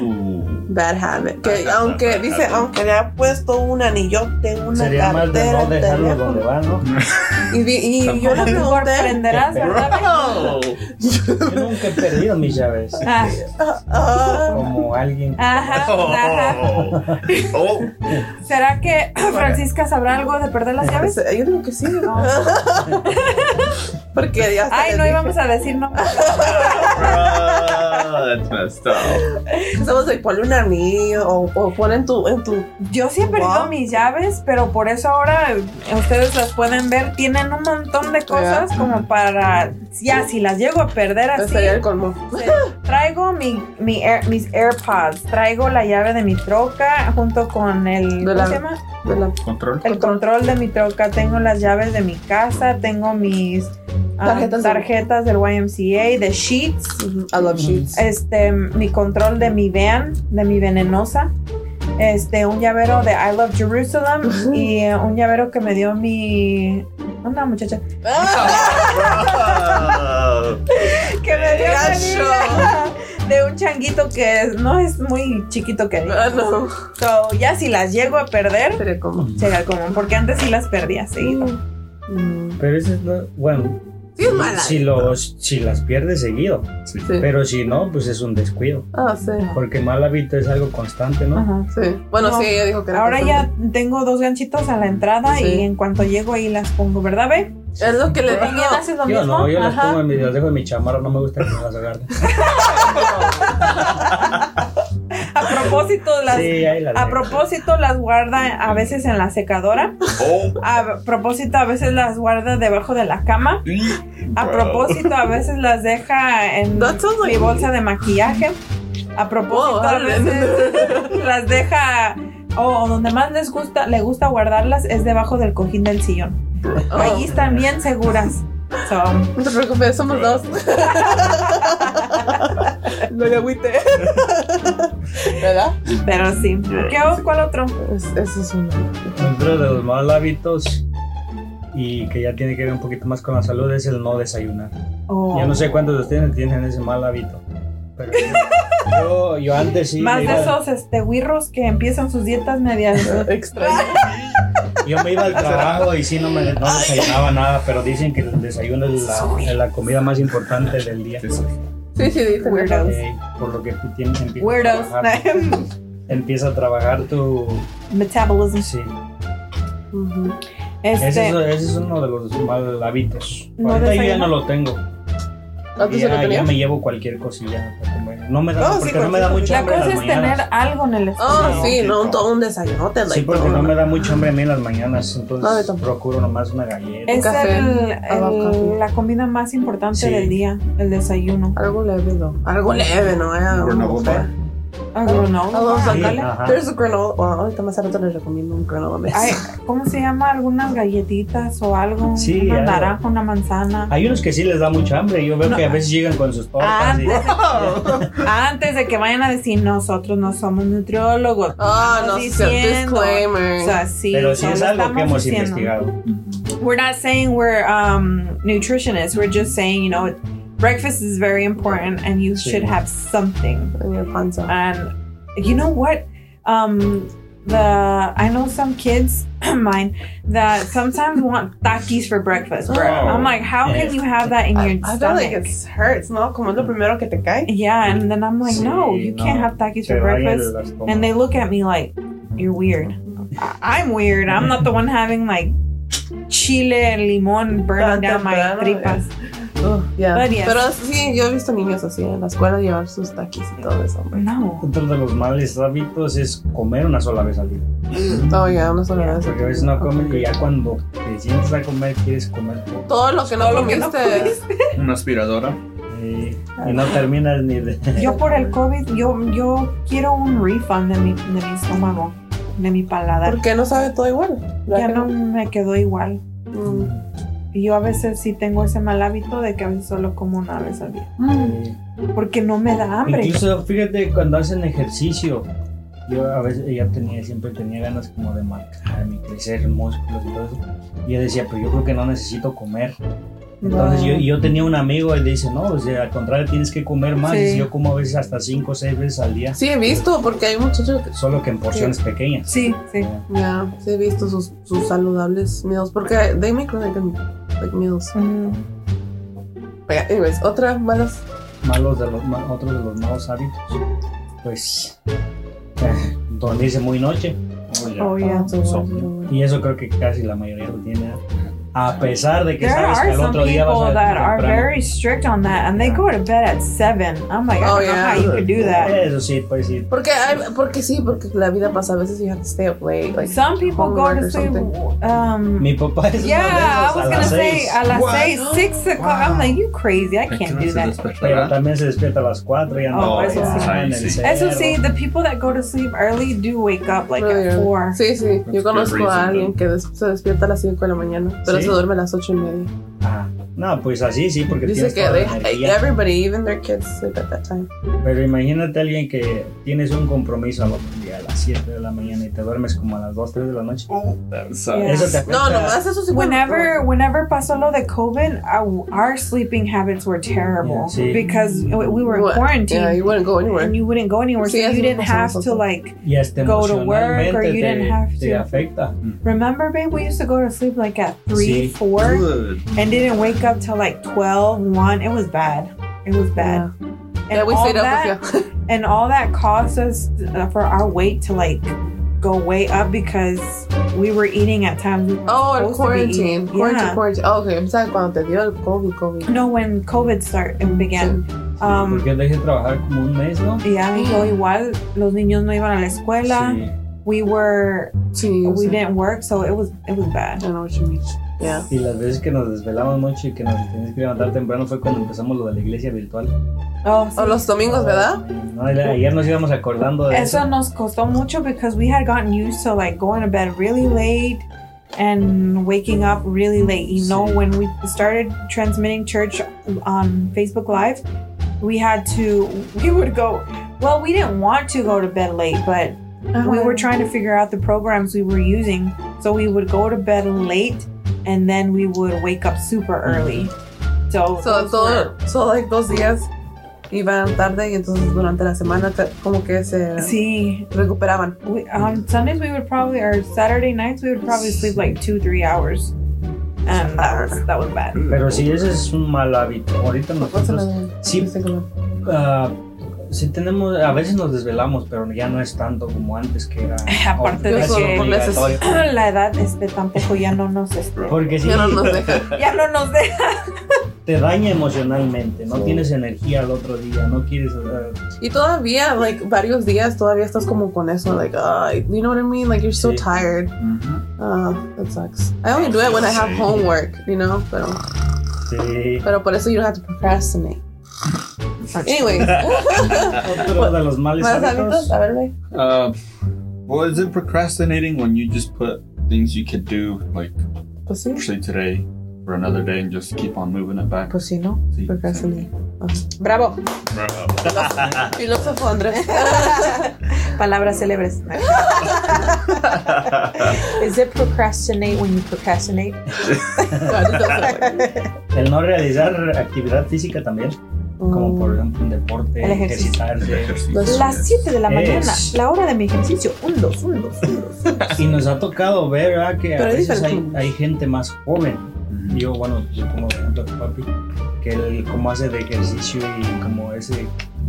[SPEAKER 5] Ooh.
[SPEAKER 3] Bad habit.
[SPEAKER 5] Bad
[SPEAKER 3] Que
[SPEAKER 5] habit,
[SPEAKER 3] aunque,
[SPEAKER 5] bad
[SPEAKER 3] dice,
[SPEAKER 5] habit.
[SPEAKER 3] aunque le ha puesto un anillote, una
[SPEAKER 6] Sería más de
[SPEAKER 3] cartera,
[SPEAKER 6] no dejarlo
[SPEAKER 3] teléfono.
[SPEAKER 6] donde va, ¿no?
[SPEAKER 3] Y, vi- y yo le
[SPEAKER 4] Te
[SPEAKER 3] pregunté.
[SPEAKER 4] sorprenderás, ¿verdad?
[SPEAKER 5] Bro.
[SPEAKER 6] Yo nunca he perdido mis llaves.
[SPEAKER 4] Ah,
[SPEAKER 3] ah,
[SPEAKER 6] Como alguien.
[SPEAKER 4] ajá, ajá.
[SPEAKER 5] Oh. Oh.
[SPEAKER 4] ¿Será que Francisca sabrá algo de perder las llaves?
[SPEAKER 3] yo digo que sí.
[SPEAKER 4] No.
[SPEAKER 3] Porque ya hasta
[SPEAKER 4] Ay,
[SPEAKER 3] les
[SPEAKER 4] no
[SPEAKER 3] dije.
[SPEAKER 4] íbamos a decir no.
[SPEAKER 5] Bro. That's messed up.
[SPEAKER 3] Estamos ahí, ponle un anillo o, o pon en tu, en tu.
[SPEAKER 4] Yo sí he perdido
[SPEAKER 3] Wow.
[SPEAKER 4] mis llaves, pero por eso ahora eh, ustedes las pueden ver. Tienen un montón de cosas como para. Ya, si las llego a perder así,
[SPEAKER 3] Pues Sería el colmo.
[SPEAKER 4] traigo mi, mi Air- mis AirPods, traigo la llave de mi troca junto con el.
[SPEAKER 3] De
[SPEAKER 4] ¿Cómo
[SPEAKER 3] la-
[SPEAKER 4] se llama?
[SPEAKER 3] De la
[SPEAKER 5] Control.
[SPEAKER 4] El control de mi troca, tengo las llaves de mi casa, tengo mis ah,
[SPEAKER 3] Tarjetas de-
[SPEAKER 4] tarjetas del YMCA, de Sheets,
[SPEAKER 3] I love sheets.
[SPEAKER 4] este, mi control de mi van, de mi venenosa, este, un llavero de I Love Jerusalem y eh, un llavero que me dio mi... Una muchacha.
[SPEAKER 3] Ah,
[SPEAKER 5] Oh, bro.
[SPEAKER 4] Que me dio una
[SPEAKER 3] Gacho.
[SPEAKER 4] niña de un changuito que es- no es muy chiquito que
[SPEAKER 3] Ah,
[SPEAKER 4] digamos.
[SPEAKER 3] no.
[SPEAKER 4] So, ya si las llego a perder,
[SPEAKER 3] Sería como.
[SPEAKER 4] será común, porque antes sí las perdía seguido.
[SPEAKER 3] Mm.
[SPEAKER 6] Pero eso es no. Bueno,
[SPEAKER 3] Sí, es mala.
[SPEAKER 6] si, los, si las pierdes seguido.
[SPEAKER 5] Sí.
[SPEAKER 3] Sí.
[SPEAKER 6] Pero si no, pues es un descuido.
[SPEAKER 3] Ah, sí.
[SPEAKER 6] Porque mal hábito es algo constante, ¿no?
[SPEAKER 4] Ajá.
[SPEAKER 3] Sí. Bueno,
[SPEAKER 4] No.
[SPEAKER 3] sí, ella dijo que era
[SPEAKER 4] Ahora
[SPEAKER 3] constante.
[SPEAKER 4] ya tengo dos ganchitos a la entrada
[SPEAKER 3] pues, Sí.
[SPEAKER 4] y en cuanto llego ahí las pongo, ¿verdad, ve?
[SPEAKER 3] Es lo que le digo.
[SPEAKER 4] ¿También haces lo
[SPEAKER 6] Yo
[SPEAKER 4] mismo?
[SPEAKER 6] no, yo las
[SPEAKER 4] Ajá.
[SPEAKER 6] pongo en mi, las dejo en mi chamarra, no me gusta que me las agarren.
[SPEAKER 4] A propósito, las,
[SPEAKER 6] Sí, ahí las
[SPEAKER 4] a
[SPEAKER 6] dejo.
[SPEAKER 4] propósito, las guarda a veces en la secadora.
[SPEAKER 5] Oh,
[SPEAKER 4] A propósito, a veces las guarda debajo de la cama.
[SPEAKER 5] y-
[SPEAKER 4] A
[SPEAKER 5] bro.
[SPEAKER 4] propósito, a veces las deja en
[SPEAKER 3] That's so
[SPEAKER 4] mi
[SPEAKER 3] like-
[SPEAKER 4] bolsa de maquillaje. A propósito,
[SPEAKER 3] Oh,
[SPEAKER 4] a
[SPEAKER 3] órale.
[SPEAKER 4] veces las deja o donde más les gusta, le gusta guardarlas es debajo del cojín del sillón.
[SPEAKER 3] Oh,
[SPEAKER 4] Ahí están bien seguras. So,
[SPEAKER 3] No te preocupes, somos dos. no le agüite. ¿Verdad?
[SPEAKER 4] pero sí. ¿Qué hago? ¿Cuál otro?
[SPEAKER 3] Es- Eso es un.
[SPEAKER 6] Otro de los mal hábitos y que ya tiene que ver un poquito más con la salud es el no desayunar.
[SPEAKER 4] Oh.
[SPEAKER 6] Yo no sé cuántos de ustedes tienen ese mal hábito. Pero yo- yo, yo antes sí.
[SPEAKER 4] Más
[SPEAKER 6] me
[SPEAKER 4] de
[SPEAKER 6] iba-
[SPEAKER 4] esos este, wirros que empiezan sus dietas medias.
[SPEAKER 3] Extraño.
[SPEAKER 6] Yo me iba al trabajo y sí, no me no desayunaba nada, pero dicen que el desayuno es la, es la comida más importante del día.
[SPEAKER 5] Sí, sí.
[SPEAKER 3] Sí, sí, dice.
[SPEAKER 4] Weirdos.
[SPEAKER 6] Eh, por lo que tú tienes, empieza,
[SPEAKER 4] Weirdos.
[SPEAKER 6] A trabajar, empieza a trabajar tu...
[SPEAKER 4] Metabolism.
[SPEAKER 6] Sí, ese, es,
[SPEAKER 4] Este,
[SPEAKER 6] ese es uno de los mal hábitos.
[SPEAKER 4] No
[SPEAKER 6] Ahorita yo ya
[SPEAKER 4] desayuno.
[SPEAKER 6] no lo tengo.
[SPEAKER 4] Ah, pues
[SPEAKER 3] ¿Antes se Ah, lo
[SPEAKER 6] Ya, ya
[SPEAKER 3] tenías?
[SPEAKER 6] me llevo cualquier cosilla para comer. No me da,
[SPEAKER 3] No, sí,
[SPEAKER 6] porque no me da
[SPEAKER 3] cualquier
[SPEAKER 6] mucho
[SPEAKER 4] la
[SPEAKER 6] hambre en
[SPEAKER 4] cosa es
[SPEAKER 6] las
[SPEAKER 4] tener
[SPEAKER 6] mañanas.
[SPEAKER 4] algo en el estómago.
[SPEAKER 3] Oh, sí, no, un, todo un desayunote.
[SPEAKER 6] Sí,
[SPEAKER 3] like,
[SPEAKER 6] porque
[SPEAKER 3] todo.
[SPEAKER 6] no me da mucho hambre a mí en las mañanas,
[SPEAKER 3] No, a mí
[SPEAKER 6] entonces
[SPEAKER 3] tampoco.
[SPEAKER 6] procuro nomás una galleta.
[SPEAKER 4] Es
[SPEAKER 3] café,
[SPEAKER 4] el-
[SPEAKER 3] aguacate.
[SPEAKER 4] el- la comida más importante
[SPEAKER 6] Sí.
[SPEAKER 4] del día, el desayuno.
[SPEAKER 3] Algo leve, ¿no? Algo leve, ¿no? Eh,
[SPEAKER 5] Por una
[SPEAKER 3] algo
[SPEAKER 5] bomba.
[SPEAKER 3] feo.
[SPEAKER 4] Ah, granola.
[SPEAKER 3] Algo
[SPEAKER 6] Sí,
[SPEAKER 3] sacale.
[SPEAKER 6] ajá.
[SPEAKER 3] There's a granola. Bueno, oh, ahorita más a rato les recomiendo un granola. mix.
[SPEAKER 4] Ay, ¿Cómo se llama? Algunas galletitas o algo.
[SPEAKER 6] Sí,
[SPEAKER 4] una
[SPEAKER 6] algo.
[SPEAKER 4] naranja, una manzana.
[SPEAKER 6] Hay unos que sí les da mucha hambre. Yo veo
[SPEAKER 4] No. Ah,
[SPEAKER 6] que a veces llegan con sus tortas. y-
[SPEAKER 4] Antes de que vayan a decir nosotros no somos nutriólogos.
[SPEAKER 3] Ah, no, sí,
[SPEAKER 4] Diciendo.
[SPEAKER 3] disclaimer.
[SPEAKER 4] O sea, sí,
[SPEAKER 6] Pero sí
[SPEAKER 4] no
[SPEAKER 6] es
[SPEAKER 4] lo
[SPEAKER 6] algo que
[SPEAKER 4] estamos
[SPEAKER 6] hemos
[SPEAKER 4] diciendo.
[SPEAKER 6] investigado.
[SPEAKER 4] We're not saying we're um, nutritionists. We're just saying, you know, breakfast is very important and you
[SPEAKER 6] Sí.
[SPEAKER 4] should have something.
[SPEAKER 3] en el panza.
[SPEAKER 4] And you know what? Um, the I know some kids, mine, that sometimes want takis for breakfast, bro.
[SPEAKER 5] Oh.
[SPEAKER 4] I'm like, how can you have that in your
[SPEAKER 3] I feel
[SPEAKER 4] stomach?
[SPEAKER 3] like it hurts, ¿no? Como es lo primero que te cae.
[SPEAKER 4] yeah, and then I'm like, no,
[SPEAKER 6] Sí,
[SPEAKER 4] you
[SPEAKER 6] no,
[SPEAKER 4] can't have takis for
[SPEAKER 6] Pero hay el-
[SPEAKER 4] breakfast.
[SPEAKER 6] las como-
[SPEAKER 4] And they look at me like, you're weird. I- I'm weird. I'm not the one having like chile and limon burning
[SPEAKER 3] Tan
[SPEAKER 4] down my
[SPEAKER 3] temprano,
[SPEAKER 4] tripas.
[SPEAKER 3] Ugh, Oh, ya.
[SPEAKER 4] But yes.
[SPEAKER 3] Pero sí, yo he visto niños así en la escuela llevar sus taquis y todo eso. hombre.
[SPEAKER 4] No.
[SPEAKER 6] Otro de los males hábitos es comer una sola vez al día.
[SPEAKER 4] Mm,
[SPEAKER 3] Oh, ya, una sola vez.
[SPEAKER 6] Porque a veces no comes y ya cuando te sientes a comer quieres comer todo.
[SPEAKER 3] Todo lo que no
[SPEAKER 4] Todo lo que
[SPEAKER 3] comiste.
[SPEAKER 4] no
[SPEAKER 5] Una aspiradora.
[SPEAKER 6] Eh, y
[SPEAKER 4] Ah.
[SPEAKER 6] no terminas ni de...
[SPEAKER 4] Yo por el COVID, yo, yo quiero un refund de mi, de mi estómago, de mi paladar.
[SPEAKER 3] ¿Por qué no sabe todo igual?
[SPEAKER 4] Ya no me quedó igual.
[SPEAKER 3] Mm.
[SPEAKER 4] Y Yo a veces sí tengo ese mal hábito de que a veces solo como una vez al día.
[SPEAKER 6] Eh,
[SPEAKER 4] Porque no me da hambre.
[SPEAKER 6] Incluso fíjate cuando hacen ejercicio. Yo a veces ya tenía, siempre tenía ganas como de marcar y crecer músculos y todo eso. Y yo decía, pero yo creo que no necesito comer. Entonces
[SPEAKER 4] No.
[SPEAKER 6] yo, yo tenía un amigo y le dice, no, o sea, al contrario, tienes que comer más.
[SPEAKER 4] Sí.
[SPEAKER 6] Dice, yo como a veces hasta 5 o 6 veces al día,
[SPEAKER 3] Sí, he visto, porque hay muchachos que.
[SPEAKER 6] solo que en porciones pequeñas.
[SPEAKER 4] Sí,
[SPEAKER 6] Eh,
[SPEAKER 4] sí.
[SPEAKER 3] Ya, sí, he visto sus, sus saludables meals, porque they make like, um, like meals.
[SPEAKER 4] Mm.
[SPEAKER 3] Pero, anyways, otra malas.
[SPEAKER 6] Malos de los, ma- otros de los malos hábitos, pues eh, dormirse muy noche.
[SPEAKER 5] Oh, ya.
[SPEAKER 4] Oh, yeah.
[SPEAKER 6] Y eso creo que casi la mayoría lo tiene. A pesar de que
[SPEAKER 4] There
[SPEAKER 6] sabes que
[SPEAKER 4] are
[SPEAKER 6] el
[SPEAKER 4] some
[SPEAKER 6] otro día vas
[SPEAKER 4] people
[SPEAKER 6] a
[SPEAKER 4] that are
[SPEAKER 6] temprano.
[SPEAKER 4] very strict on that, and they go to bed at seven. I'm like, I
[SPEAKER 3] Oh,
[SPEAKER 4] don't know
[SPEAKER 3] yeah.
[SPEAKER 4] how you could do that.
[SPEAKER 6] Eso sí, pues sí.
[SPEAKER 3] Porque, hay- porque sí, porque la vida pasa. A veces you have to stay up late. Like,
[SPEAKER 4] Some people go
[SPEAKER 3] homework
[SPEAKER 4] to
[SPEAKER 3] or
[SPEAKER 4] sleep.
[SPEAKER 3] something.
[SPEAKER 4] Um,
[SPEAKER 6] Mi papá es uno
[SPEAKER 4] yeah, I was
[SPEAKER 6] de esos, a
[SPEAKER 4] gonna
[SPEAKER 6] las
[SPEAKER 4] say
[SPEAKER 6] seis.
[SPEAKER 4] a las
[SPEAKER 5] What?
[SPEAKER 4] seis, six o'clock. I'm like, you crazy? I
[SPEAKER 5] ¿A qué
[SPEAKER 4] can't
[SPEAKER 5] hora
[SPEAKER 4] do
[SPEAKER 5] se
[SPEAKER 4] that.
[SPEAKER 6] Pero
[SPEAKER 5] despertará?
[SPEAKER 6] también se despierta a las 4 y anda
[SPEAKER 4] Oh,
[SPEAKER 6] por
[SPEAKER 4] eso
[SPEAKER 6] allá
[SPEAKER 4] sí.
[SPEAKER 6] en
[SPEAKER 5] Ahí
[SPEAKER 6] el
[SPEAKER 5] sí.
[SPEAKER 6] cerro.
[SPEAKER 4] Eso sí, the people that go to sleep early do wake up like at
[SPEAKER 3] Earlier.
[SPEAKER 4] four.
[SPEAKER 3] Sí, sí.
[SPEAKER 5] That's
[SPEAKER 3] Yo
[SPEAKER 5] good
[SPEAKER 3] conozco
[SPEAKER 5] reason,
[SPEAKER 3] a alguien
[SPEAKER 5] though.
[SPEAKER 3] que des- se despierta a las 5 de la mañana, pero
[SPEAKER 6] ¿Sí?
[SPEAKER 3] se duerme a las 8 y media.
[SPEAKER 6] Ah, no, pues así sí, porque
[SPEAKER 3] Dice
[SPEAKER 6] tienes
[SPEAKER 3] que
[SPEAKER 6] toda la
[SPEAKER 3] they,
[SPEAKER 6] energía.
[SPEAKER 3] everybody, even their kids, sleep at that time.
[SPEAKER 6] Pero imagínate a alguien que tienes un compromiso al otro día a las 7 de la mañana y te duermes como a las 2, 3 de la noche.
[SPEAKER 5] Oh, esa-
[SPEAKER 4] Yeah.
[SPEAKER 6] Eso te afecta.
[SPEAKER 3] No, nomás eso sí.
[SPEAKER 4] Whenever, whenever pasó lo de COVID, our, our sleeping habits were terrible
[SPEAKER 6] Yeah, sí.
[SPEAKER 4] because we we were
[SPEAKER 3] Well, Yeah,
[SPEAKER 4] quarantined
[SPEAKER 3] you wouldn't go anywhere.
[SPEAKER 4] and you wouldn't go anywhere, so
[SPEAKER 3] Sí, eso
[SPEAKER 4] you didn't
[SPEAKER 3] pasó
[SPEAKER 4] have to
[SPEAKER 3] nosotros.
[SPEAKER 4] like
[SPEAKER 6] Y hasta
[SPEAKER 4] Go to work, or
[SPEAKER 6] emocionalmente
[SPEAKER 4] you didn't have
[SPEAKER 6] te, te
[SPEAKER 4] to.
[SPEAKER 6] afecta.
[SPEAKER 4] Remember, babe, we used to go to sleep like at three,
[SPEAKER 6] Sí.
[SPEAKER 4] four,
[SPEAKER 5] Good.
[SPEAKER 4] and didn't wake up till like 12, 1. It was bad. It was bad. And
[SPEAKER 3] Yeah, we
[SPEAKER 4] all
[SPEAKER 3] stayed
[SPEAKER 4] that,
[SPEAKER 3] up with you.
[SPEAKER 4] and all that caused us uh, for our weight to like go way up because we were eating at times. We weren't
[SPEAKER 3] Oh, en
[SPEAKER 4] supposed to be
[SPEAKER 3] quarantine.
[SPEAKER 4] eating.
[SPEAKER 3] Quarantine,
[SPEAKER 4] Yeah.
[SPEAKER 3] quarantine. Oh, ok, yo pensaba que cuando te dio el COVID, COVID.
[SPEAKER 4] No, when COVID start it began. Um,
[SPEAKER 6] Porque yo dejé de trabajar como un mes, ¿no?
[SPEAKER 4] yeah, y yo igual los niños no iban a la escuela.
[SPEAKER 6] Sí.
[SPEAKER 4] We were
[SPEAKER 3] Sí, yo
[SPEAKER 4] we
[SPEAKER 3] sé.
[SPEAKER 4] didn't work, so it was it was bad.
[SPEAKER 3] I know what you mean. Yeah.
[SPEAKER 6] Y las veces que nos desvelamos mucho y que nos teníamos que levantar temprano fue cuando empezamos lo de la iglesia virtual.
[SPEAKER 4] Oh, sí.
[SPEAKER 3] O los domingos, ¿verdad?
[SPEAKER 6] No, ayer nos íbamos acordando de eso.
[SPEAKER 4] Eso nos costó mucho because we had gotten used to like going to bed really late and waking up really late. You know,
[SPEAKER 6] Sí.
[SPEAKER 4] when we started transmitting church on Facebook Live, we had to, we would go, well, we didn't want to go to bed late, but Uh-huh. we were trying to figure out the programs we were using. So we would go to bed late and then we would wake up super early. So,
[SPEAKER 3] So,
[SPEAKER 4] those were-
[SPEAKER 3] todo, so, like, dos días iban tarde y entonces durante la semana te- como que se
[SPEAKER 4] sí,
[SPEAKER 3] recuperaban.
[SPEAKER 4] We, on Sundays we would probably, or Saturday nights we would probably sleep like two, three hours, and that was that was bad.
[SPEAKER 6] Pero sí, ese es un mal hábito. Ahorita nosotros sí, ah, sí tenemos, a veces nos desvelamos, pero ya no es tanto como antes que era
[SPEAKER 4] Aparte
[SPEAKER 3] de
[SPEAKER 6] casi
[SPEAKER 3] que-
[SPEAKER 6] obligatorio.
[SPEAKER 4] La edad este tampoco ya no nos es-
[SPEAKER 6] Porque sí,
[SPEAKER 3] Ya no nos dejan.
[SPEAKER 4] ya no nos deja.
[SPEAKER 6] te daña emocionalmente, no
[SPEAKER 5] Sí.
[SPEAKER 6] tienes energía al otro día, no quieres... ah,
[SPEAKER 3] Y todavía, like, varios días todavía estás como con eso, like, ah, you know what I mean? Like, you're so
[SPEAKER 6] Sí.
[SPEAKER 3] tired.
[SPEAKER 5] Mm-hmm.
[SPEAKER 3] Ah, that sucks. I only do it when I have
[SPEAKER 5] Sí.
[SPEAKER 3] homework, you know? Pero,
[SPEAKER 6] Sí.
[SPEAKER 3] pero por eso you don't have to procrastinate. Anyways.
[SPEAKER 6] Otro de los males
[SPEAKER 3] Ah, ¿Más hábitos?
[SPEAKER 6] hábitos.
[SPEAKER 3] A ver, güey.
[SPEAKER 5] Uh, well, is it procrastinating when you just put things you could do, like
[SPEAKER 3] Pues sí.
[SPEAKER 5] say today for another day, and just keep on moving it back?
[SPEAKER 3] Pues sí, ¿no?
[SPEAKER 5] Sí,
[SPEAKER 3] Procrastinar. Ah. Bravo. Filósofo Andrés.
[SPEAKER 4] Palabras célebres. Is it procrastinate when you procrastinate?
[SPEAKER 6] El no realizar actividad física también, como
[SPEAKER 3] Mm.
[SPEAKER 6] por ejemplo un deporte,
[SPEAKER 4] El ejercicio.
[SPEAKER 6] ejercitarse.
[SPEAKER 4] Las 7 de la mañana,
[SPEAKER 6] Es.
[SPEAKER 4] la hora de mi ejercicio. Un, dos, un, dos, un, dos.
[SPEAKER 6] Y nos ha tocado ver ¿verdad? que a
[SPEAKER 3] Pero es
[SPEAKER 6] veces hay,
[SPEAKER 3] diferente.
[SPEAKER 6] hay gente más joven.
[SPEAKER 5] Mm-hmm.
[SPEAKER 6] Yo, bueno, yo como ejemplo a tu papi, que él como hace de ejercicio y como ese,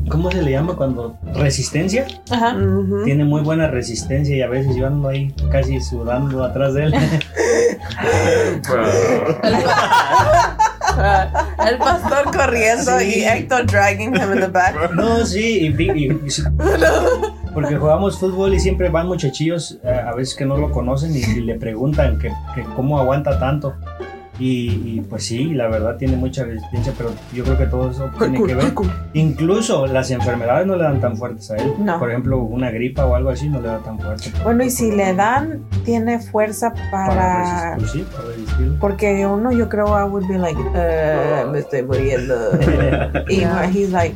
[SPEAKER 6] ¿cómo se le llama cuando? Resistencia.
[SPEAKER 4] Ajá.
[SPEAKER 3] Ujú.
[SPEAKER 6] Tiene muy buena resistencia y a veces yo ando ahí casi sudando atrás de él.
[SPEAKER 3] Ah, El pastor corriendo
[SPEAKER 6] Sí.
[SPEAKER 3] y Hector dragging him in the back.
[SPEAKER 6] No, sí, y, vi- y- y sí. porque jugamos fútbol y siempre van muchachillos eh, a veces que no lo conocen y, y le preguntan que, que cómo aguanta tanto. Y, y, pues sí, la verdad tiene mucha resistencia, pero yo creo que todo eso tiene que ver. Incluso las enfermedades no le dan tan fuertes a él.
[SPEAKER 4] No.
[SPEAKER 6] Por ejemplo, una gripa o algo así no le da tan fuerte.
[SPEAKER 4] Bueno, y si le dan, tiene fuerza para
[SPEAKER 6] resistir, sí, para resistirlo.
[SPEAKER 4] Porque uno, yo creo, I would be like, "Eh, me estoy muriendo. y
[SPEAKER 3] Yeah.
[SPEAKER 4] he's like,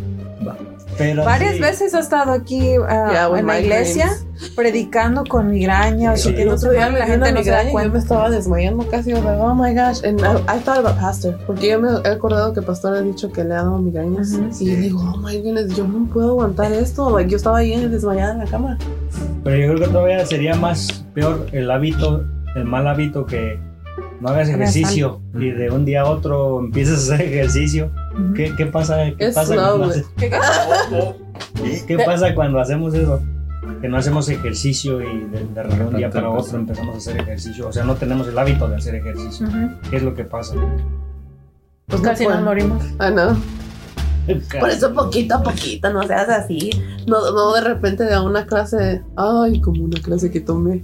[SPEAKER 6] Pero
[SPEAKER 4] varias
[SPEAKER 6] sí,
[SPEAKER 4] veces ha estado aquí uh,
[SPEAKER 3] Yeah, with
[SPEAKER 4] en la iglesia predicando con migraña. o
[SPEAKER 6] Sí,
[SPEAKER 4] sea, que
[SPEAKER 3] El
[SPEAKER 4] no
[SPEAKER 3] otro
[SPEAKER 4] sé,
[SPEAKER 3] día me
[SPEAKER 4] la
[SPEAKER 3] dio
[SPEAKER 4] gente
[SPEAKER 3] una
[SPEAKER 4] no se da
[SPEAKER 3] migraña y yo
[SPEAKER 4] cuenta.
[SPEAKER 3] me estaba desmayando casi. I was like, oh my gosh. And I, I thought about Pastor. Porque yo me he acordado que Pastor ha dicho que le ha dado migrañas.
[SPEAKER 4] Ujú.
[SPEAKER 3] Y digo, oh my goodness, yo no puedo aguantar esto. Like, yo estaba ahí desmayada en la cama.
[SPEAKER 6] Pero yo creo que todavía sería más peor el hábito, el mal hábito que no hagas ejercicio y de un día a otro empiezas a hacer ejercicio.
[SPEAKER 4] Ujú.
[SPEAKER 6] ¿Qué, qué pasa, qué
[SPEAKER 3] Es
[SPEAKER 6] pasa
[SPEAKER 3] slow,
[SPEAKER 6] cuando
[SPEAKER 3] güey.
[SPEAKER 6] haces- qué pasa cuando hacemos eso? Que no hacemos ejercicio y de, de repente un día para otro empezamos a hacer ejercicio. O sea, no tenemos el hábito de hacer ejercicio.
[SPEAKER 4] Ujú.
[SPEAKER 6] ¿Qué es lo que pasa?
[SPEAKER 3] Pues
[SPEAKER 4] Casi nos morimos.
[SPEAKER 3] Ah, no. Por eso poquito a poquito, no seas así. No, no de repente de una clase, ay, como una clase que tomé.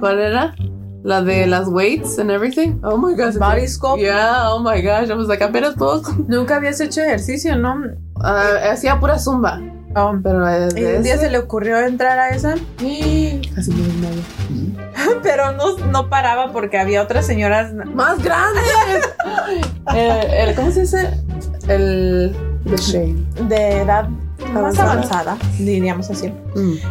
[SPEAKER 3] ¿Cuál era? La de las weights and everything. Oh my gosh.
[SPEAKER 4] Body sculpt.
[SPEAKER 3] Yeah, oh my gosh. I was like, apenas puedo.
[SPEAKER 4] Nunca habías hecho ejercicio, ¿no?
[SPEAKER 3] Ah, hacía pura zumba.
[SPEAKER 4] Oh,
[SPEAKER 3] Pero
[SPEAKER 4] y un
[SPEAKER 3] desde
[SPEAKER 4] día
[SPEAKER 3] ese-
[SPEAKER 4] se le ocurrió entrar a esa,
[SPEAKER 3] Casi me desmayo.
[SPEAKER 4] pero no, no paraba porque había otras señoras.
[SPEAKER 3] ¡Más grande! el, el- ¿Cómo se dice? El. The shame.
[SPEAKER 4] de edad más
[SPEAKER 3] Avanzada.
[SPEAKER 4] avanzada, diríamos así.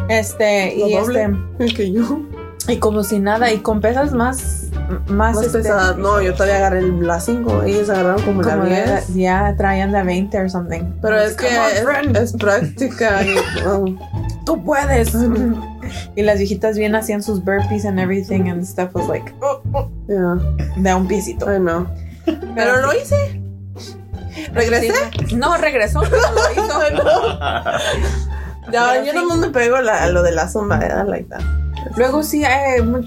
[SPEAKER 4] Este, y
[SPEAKER 3] Lo doble.
[SPEAKER 4] este,
[SPEAKER 3] Que yo.
[SPEAKER 4] y como si nada, y con pesas más, más,
[SPEAKER 3] Más
[SPEAKER 4] este,
[SPEAKER 3] pesada. No, yo todavía agarré el- la 5. Ellos agarraron como,
[SPEAKER 4] como
[SPEAKER 3] la
[SPEAKER 4] de-
[SPEAKER 3] 10.
[SPEAKER 4] ya traían de 20 or something.
[SPEAKER 3] Pero es que
[SPEAKER 4] Come on, friend.
[SPEAKER 3] es, es práctica. y, um,
[SPEAKER 4] tú puedes. y las viejitas bien hacían sus burpees and everything and stuff was like
[SPEAKER 3] yeah,
[SPEAKER 4] de oh, un piecito.
[SPEAKER 3] I know. Pero lo hice. ¿Regresé?
[SPEAKER 4] No, regresó, pero lo hizo.
[SPEAKER 3] Ya,
[SPEAKER 4] Pero
[SPEAKER 3] yo
[SPEAKER 4] sí.
[SPEAKER 3] nomás me pego la- a lo de la zumba, ¿eh? Like that.
[SPEAKER 4] Luego sí, eh, mu-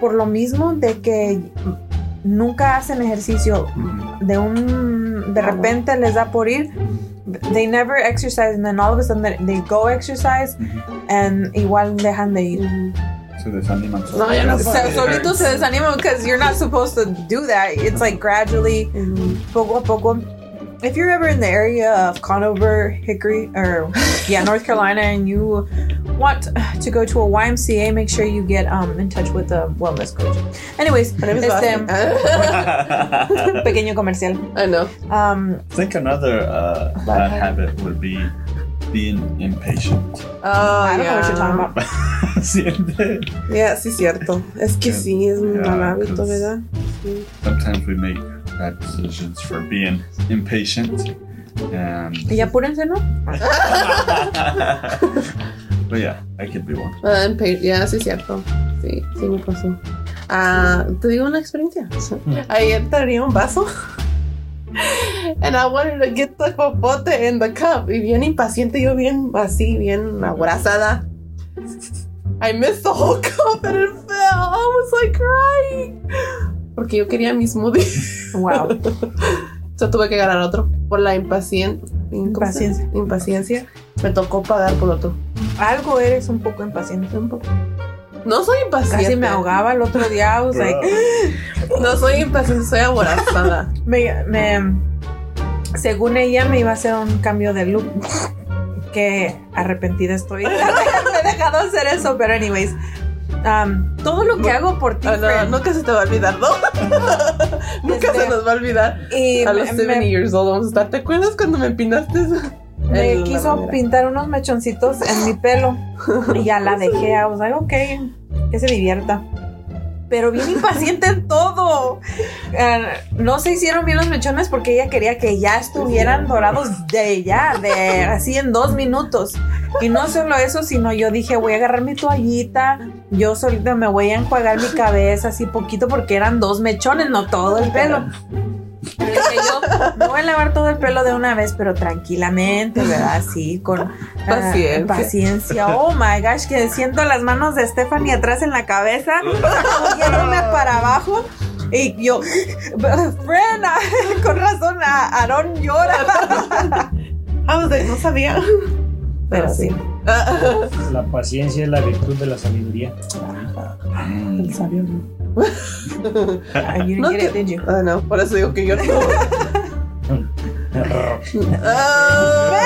[SPEAKER 4] por lo mismo de que nunca hacen ejercicio,
[SPEAKER 5] Mm-hmm.
[SPEAKER 4] de un de
[SPEAKER 3] Ajá.
[SPEAKER 4] repente les da por ir. They never exercise and then all of a sudden they- they go exercise and igual dejan de ir.
[SPEAKER 5] Se desaniman.
[SPEAKER 3] No, yo no
[SPEAKER 4] So,
[SPEAKER 3] puedo.
[SPEAKER 4] solitos se desaniman because you're not supposed to do that. It's like gradually, poco a poco. If you're ever in the area of Conover, Hickory, or yeah, North Carolina, and you want to go to a YMCA, make sure you get um in touch with a wellness coach. Anyways,
[SPEAKER 3] Tenemos
[SPEAKER 4] este,
[SPEAKER 3] base.
[SPEAKER 4] pequeño comercial.
[SPEAKER 3] I know.
[SPEAKER 4] Um,
[SPEAKER 5] I think another uh, bad habit would be being impatient.
[SPEAKER 3] Oh, Ah,
[SPEAKER 4] I don't know what you're talking about.
[SPEAKER 5] Siempre.
[SPEAKER 3] Yeah, sí, cierto. Es que sí, es un
[SPEAKER 5] Yeah,
[SPEAKER 3] mal hábito,
[SPEAKER 5] 'cause-
[SPEAKER 3] ¿verdad?
[SPEAKER 5] Sometimes we make bad decisions for being impatient. And
[SPEAKER 4] Y apúrense, ¿no?
[SPEAKER 5] but yeah, I could be one.
[SPEAKER 3] Ah, en Pe- Ya, sí, cierto. Sí, sí me pasó. Ah, te digo una experiencia. Ayer tenía un vaso. And I wanted to get the popote in the cup. Y bien impaciente, yo bien así, bien abrazada. I missed the whole cup and it fell. I was like crying. Porque yo quería mi smoothie.
[SPEAKER 4] Wow.
[SPEAKER 3] Yo tuve que ganar otro. Por la impacien ¿cómo se dice?
[SPEAKER 4] Impaciencia.
[SPEAKER 3] impaciencia. Me tocó pagar por otro.
[SPEAKER 4] Algo eres un poco impaciente. Un poco.
[SPEAKER 3] No soy impaciente.
[SPEAKER 4] Casi me ahogaba el otro día. I was like,
[SPEAKER 3] No soy impaciente, soy aborazada.
[SPEAKER 4] me, me- según ella me iba a hacer un cambio de look. que arrepentida estoy. Me he dejado hacer eso, pero anyways. um, todo lo que hago por ti,
[SPEAKER 3] Ah, no,
[SPEAKER 4] friend,
[SPEAKER 3] nunca se te va a olvidar, ¿no? nunca
[SPEAKER 4] Este-
[SPEAKER 3] se nos va a olvidar.
[SPEAKER 4] y
[SPEAKER 3] A los 70
[SPEAKER 4] me,
[SPEAKER 3] years old vamos a estar. ¿Te acuerdas cuando me pinaste eso?
[SPEAKER 4] me
[SPEAKER 3] en la
[SPEAKER 4] quiso
[SPEAKER 3] manera.
[SPEAKER 4] pintar unos mechoncitos en mi pelo y ya la dejé. I was like, ok, que se divierta. Pero bien impaciente en todo. Eh, no se hicieron bien los mechones porque ella quería que ya estuvieran dorados de ya, de así en dos minutos. Y no solo eso, sino yo dije, voy a agarrar mi toallita, yo solita me voy a enjuagar mi cabeza así poquito porque eran dos mechones, no todo el pelo. Pero dije yo, me voy a lavar todo el pelo de una vez, pero tranquilamente, ¿verdad? Así, con ah,
[SPEAKER 3] Paciencia.
[SPEAKER 4] paciencia. Oh my gosh, que siento las manos de Stephanie atrás en la cabeza, sacudiéndome para abajo. Y yo, frena, con razón, a- Aarón llora.
[SPEAKER 3] Ah, o sea, no sabía.
[SPEAKER 4] Pero sí.
[SPEAKER 3] Ah,
[SPEAKER 6] La paciencia es la virtud de la sabiduría.
[SPEAKER 5] Mm.
[SPEAKER 4] You didn't
[SPEAKER 3] No
[SPEAKER 4] get
[SPEAKER 3] te-
[SPEAKER 4] it, did you?
[SPEAKER 3] ah, no, por eso digo que yo no. Ah,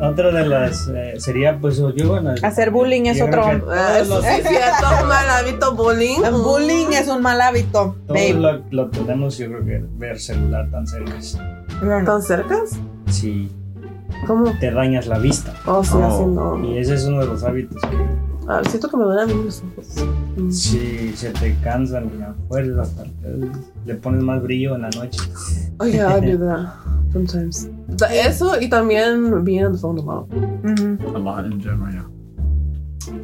[SPEAKER 6] Otra de las eh, sería, pues yo bueno,
[SPEAKER 4] Hacer bullying es
[SPEAKER 6] yo creo
[SPEAKER 4] otro-
[SPEAKER 6] que
[SPEAKER 3] ah,
[SPEAKER 6] todos
[SPEAKER 3] eso
[SPEAKER 6] los-
[SPEAKER 3] sí es cierto, un mal hábito bullying.
[SPEAKER 4] El bullying es un mal hábito,
[SPEAKER 6] Todos
[SPEAKER 4] babe.
[SPEAKER 6] lo, lo tenemos, yo creo que ver celular tan serio es-
[SPEAKER 3] ¿Tan cercas?
[SPEAKER 6] si
[SPEAKER 3] ¿Cómo?
[SPEAKER 6] te dañas la vista.
[SPEAKER 3] Oh, sí,
[SPEAKER 5] Oh.
[SPEAKER 3] así no.
[SPEAKER 6] Y ese es uno de los hábitos que
[SPEAKER 3] Ah, siento que me duelen a mí los ojos. Mm.
[SPEAKER 6] si se te cansan la fuerza, hasta te- le pones más brillo en la noche.
[SPEAKER 3] Oh, yeah, I do that sometimes. Ta- Eso y también being on the phone a lot.
[SPEAKER 4] Ujú.
[SPEAKER 5] A lot in general,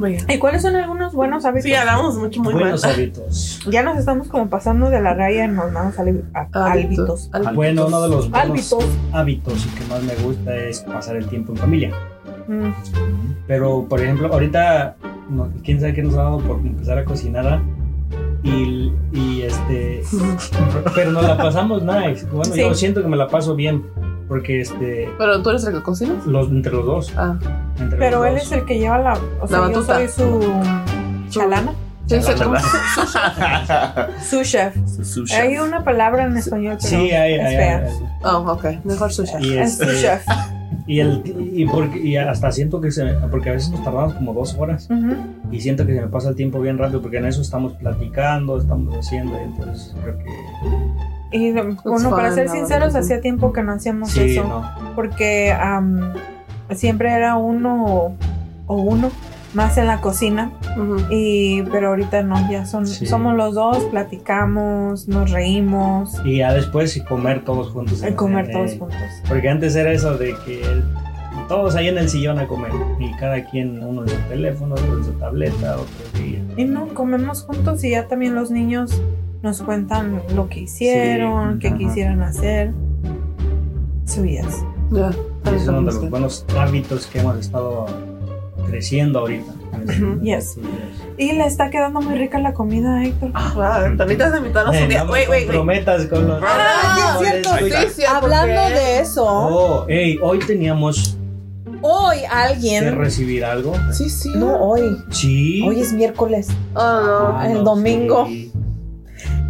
[SPEAKER 5] yeah.
[SPEAKER 4] ¿Y cuáles son algunos buenos hábitos?
[SPEAKER 3] Sí, hablamos mucho, muy mal.
[SPEAKER 6] Buenos hábitos.
[SPEAKER 4] Ya nos estamos como pasando de la raya en los malos hábitos. Hábitos.
[SPEAKER 3] Hábitos.
[SPEAKER 6] Bueno, uno de los buenos
[SPEAKER 4] Hábitos.
[SPEAKER 6] hábitos y que más me gusta es pasar el tiempo en familia.
[SPEAKER 4] Mm.
[SPEAKER 6] Mm-hmm. Pero, por ejemplo, ahorita, no, quién sabe qué nos ha dado por empezar a cocinar. ¿ah? Y, y este. pero nos la pasamos nice. Bueno,
[SPEAKER 4] Sí.
[SPEAKER 6] yo siento que me la paso bien. Porque este.
[SPEAKER 3] Pero tú eres el que cocina.
[SPEAKER 6] Los, entre los dos.
[SPEAKER 3] Ah,
[SPEAKER 6] entre
[SPEAKER 4] Pero
[SPEAKER 6] los
[SPEAKER 4] él
[SPEAKER 6] dos.
[SPEAKER 4] es el que lleva la. O sea, yo
[SPEAKER 3] batuta.
[SPEAKER 4] soy su. Chalana.
[SPEAKER 3] sí, sí, ¿cómo?
[SPEAKER 4] Su chef.
[SPEAKER 5] The sous chef.
[SPEAKER 4] Hay una palabra en español, pero
[SPEAKER 6] Sí, hay,
[SPEAKER 4] es
[SPEAKER 6] hay,
[SPEAKER 4] fea.
[SPEAKER 6] hay-
[SPEAKER 3] Oh, ok. Mejor suya.
[SPEAKER 6] Y,
[SPEAKER 4] Es su
[SPEAKER 6] este,
[SPEAKER 4] chef.
[SPEAKER 6] y, el, y, porque, y hasta siento que se. Porque a veces nos tardamos como dos horas.
[SPEAKER 4] Ujú.
[SPEAKER 6] Y siento que se me pasa el tiempo bien rápido. Porque en eso estamos platicando, estamos haciendo. Entonces creo que.
[SPEAKER 4] Y bueno, para
[SPEAKER 3] fine,
[SPEAKER 4] ser
[SPEAKER 3] la
[SPEAKER 4] sinceros,
[SPEAKER 3] verdad.
[SPEAKER 4] hacía tiempo que no hacíamos
[SPEAKER 6] Sí,
[SPEAKER 4] eso.
[SPEAKER 6] no.
[SPEAKER 4] porque am, siempre era uno o- o uno más en la cocina
[SPEAKER 3] Ujú.
[SPEAKER 4] y pero ahorita no ya son
[SPEAKER 6] Sí.
[SPEAKER 4] somos los dos platicamos nos reímos
[SPEAKER 6] Y ya después y comer todos juntos.
[SPEAKER 4] y comer
[SPEAKER 6] Eh,
[SPEAKER 4] todos juntos
[SPEAKER 6] Porque antes era eso de que todos ahí en el sillón a comer y cada quien uno en su teléfono, otro en su tableta, otro así.
[SPEAKER 4] y no comemos juntos y ya también los niños nos cuentan lo que hicieron, qué
[SPEAKER 6] ajá.
[SPEAKER 4] quisieran hacer. So yes.
[SPEAKER 3] Ya.
[SPEAKER 6] Ese es uno de los buenos hábitos que hemos estado creciendo ahorita.
[SPEAKER 4] Yes. Y le está quedando muy rica la comida, Héctor.
[SPEAKER 3] Ah, Tanita se invitaron a
[SPEAKER 6] Eh,
[SPEAKER 3] su día.
[SPEAKER 6] no me
[SPEAKER 3] Wait, wait, wait.
[SPEAKER 6] comprometas con los.
[SPEAKER 3] Ah, sí
[SPEAKER 6] no,
[SPEAKER 3] es
[SPEAKER 6] ahí
[SPEAKER 3] cierto,
[SPEAKER 6] está.
[SPEAKER 3] sí, es cierto.
[SPEAKER 7] Hablando
[SPEAKER 3] porque-
[SPEAKER 7] de eso,
[SPEAKER 6] Oh, hey, hoy teníamos
[SPEAKER 7] hoy
[SPEAKER 6] que
[SPEAKER 7] alguien.
[SPEAKER 6] recibir algo.
[SPEAKER 3] Sí, sí.
[SPEAKER 7] No, hoy.
[SPEAKER 6] Sí.
[SPEAKER 7] Hoy es miércoles.
[SPEAKER 3] Oh,
[SPEAKER 6] Ah,
[SPEAKER 7] el
[SPEAKER 6] no,
[SPEAKER 7] domingo.
[SPEAKER 6] Sí.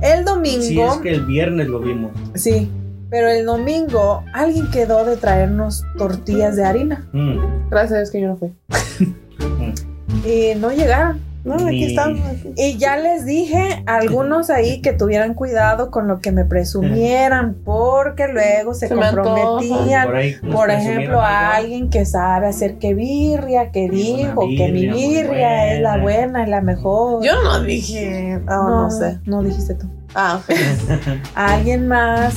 [SPEAKER 7] El
[SPEAKER 6] Sí, es
[SPEAKER 7] domingo,
[SPEAKER 6] que el viernes lo vimos.
[SPEAKER 7] sí, pero el domingo alguien quedó de traernos tortillas de harina
[SPEAKER 6] Mm,
[SPEAKER 3] no. Gracias a Dios que yo no fui.
[SPEAKER 7] y no llegaron.
[SPEAKER 4] No, aquí
[SPEAKER 6] Ni-
[SPEAKER 4] estamos. aquí.
[SPEAKER 7] Y ya les dije a algunos ahí que tuvieran cuidado con lo que me presumieran, porque luego se,
[SPEAKER 3] Se me
[SPEAKER 7] comprometían.
[SPEAKER 6] ahí nos
[SPEAKER 7] Por
[SPEAKER 6] presumieron
[SPEAKER 7] ejemplo,
[SPEAKER 6] algo.
[SPEAKER 7] a alguien que sabe hacer que birria, que
[SPEAKER 6] Hizo una
[SPEAKER 7] dijo que mi
[SPEAKER 6] birria muy
[SPEAKER 7] birria es la
[SPEAKER 6] buena.
[SPEAKER 7] buena y la mejor.
[SPEAKER 3] Yo no dije. Ah, no, sé.
[SPEAKER 7] No dijiste tú.
[SPEAKER 3] Ah, ok.
[SPEAKER 7] A alguien más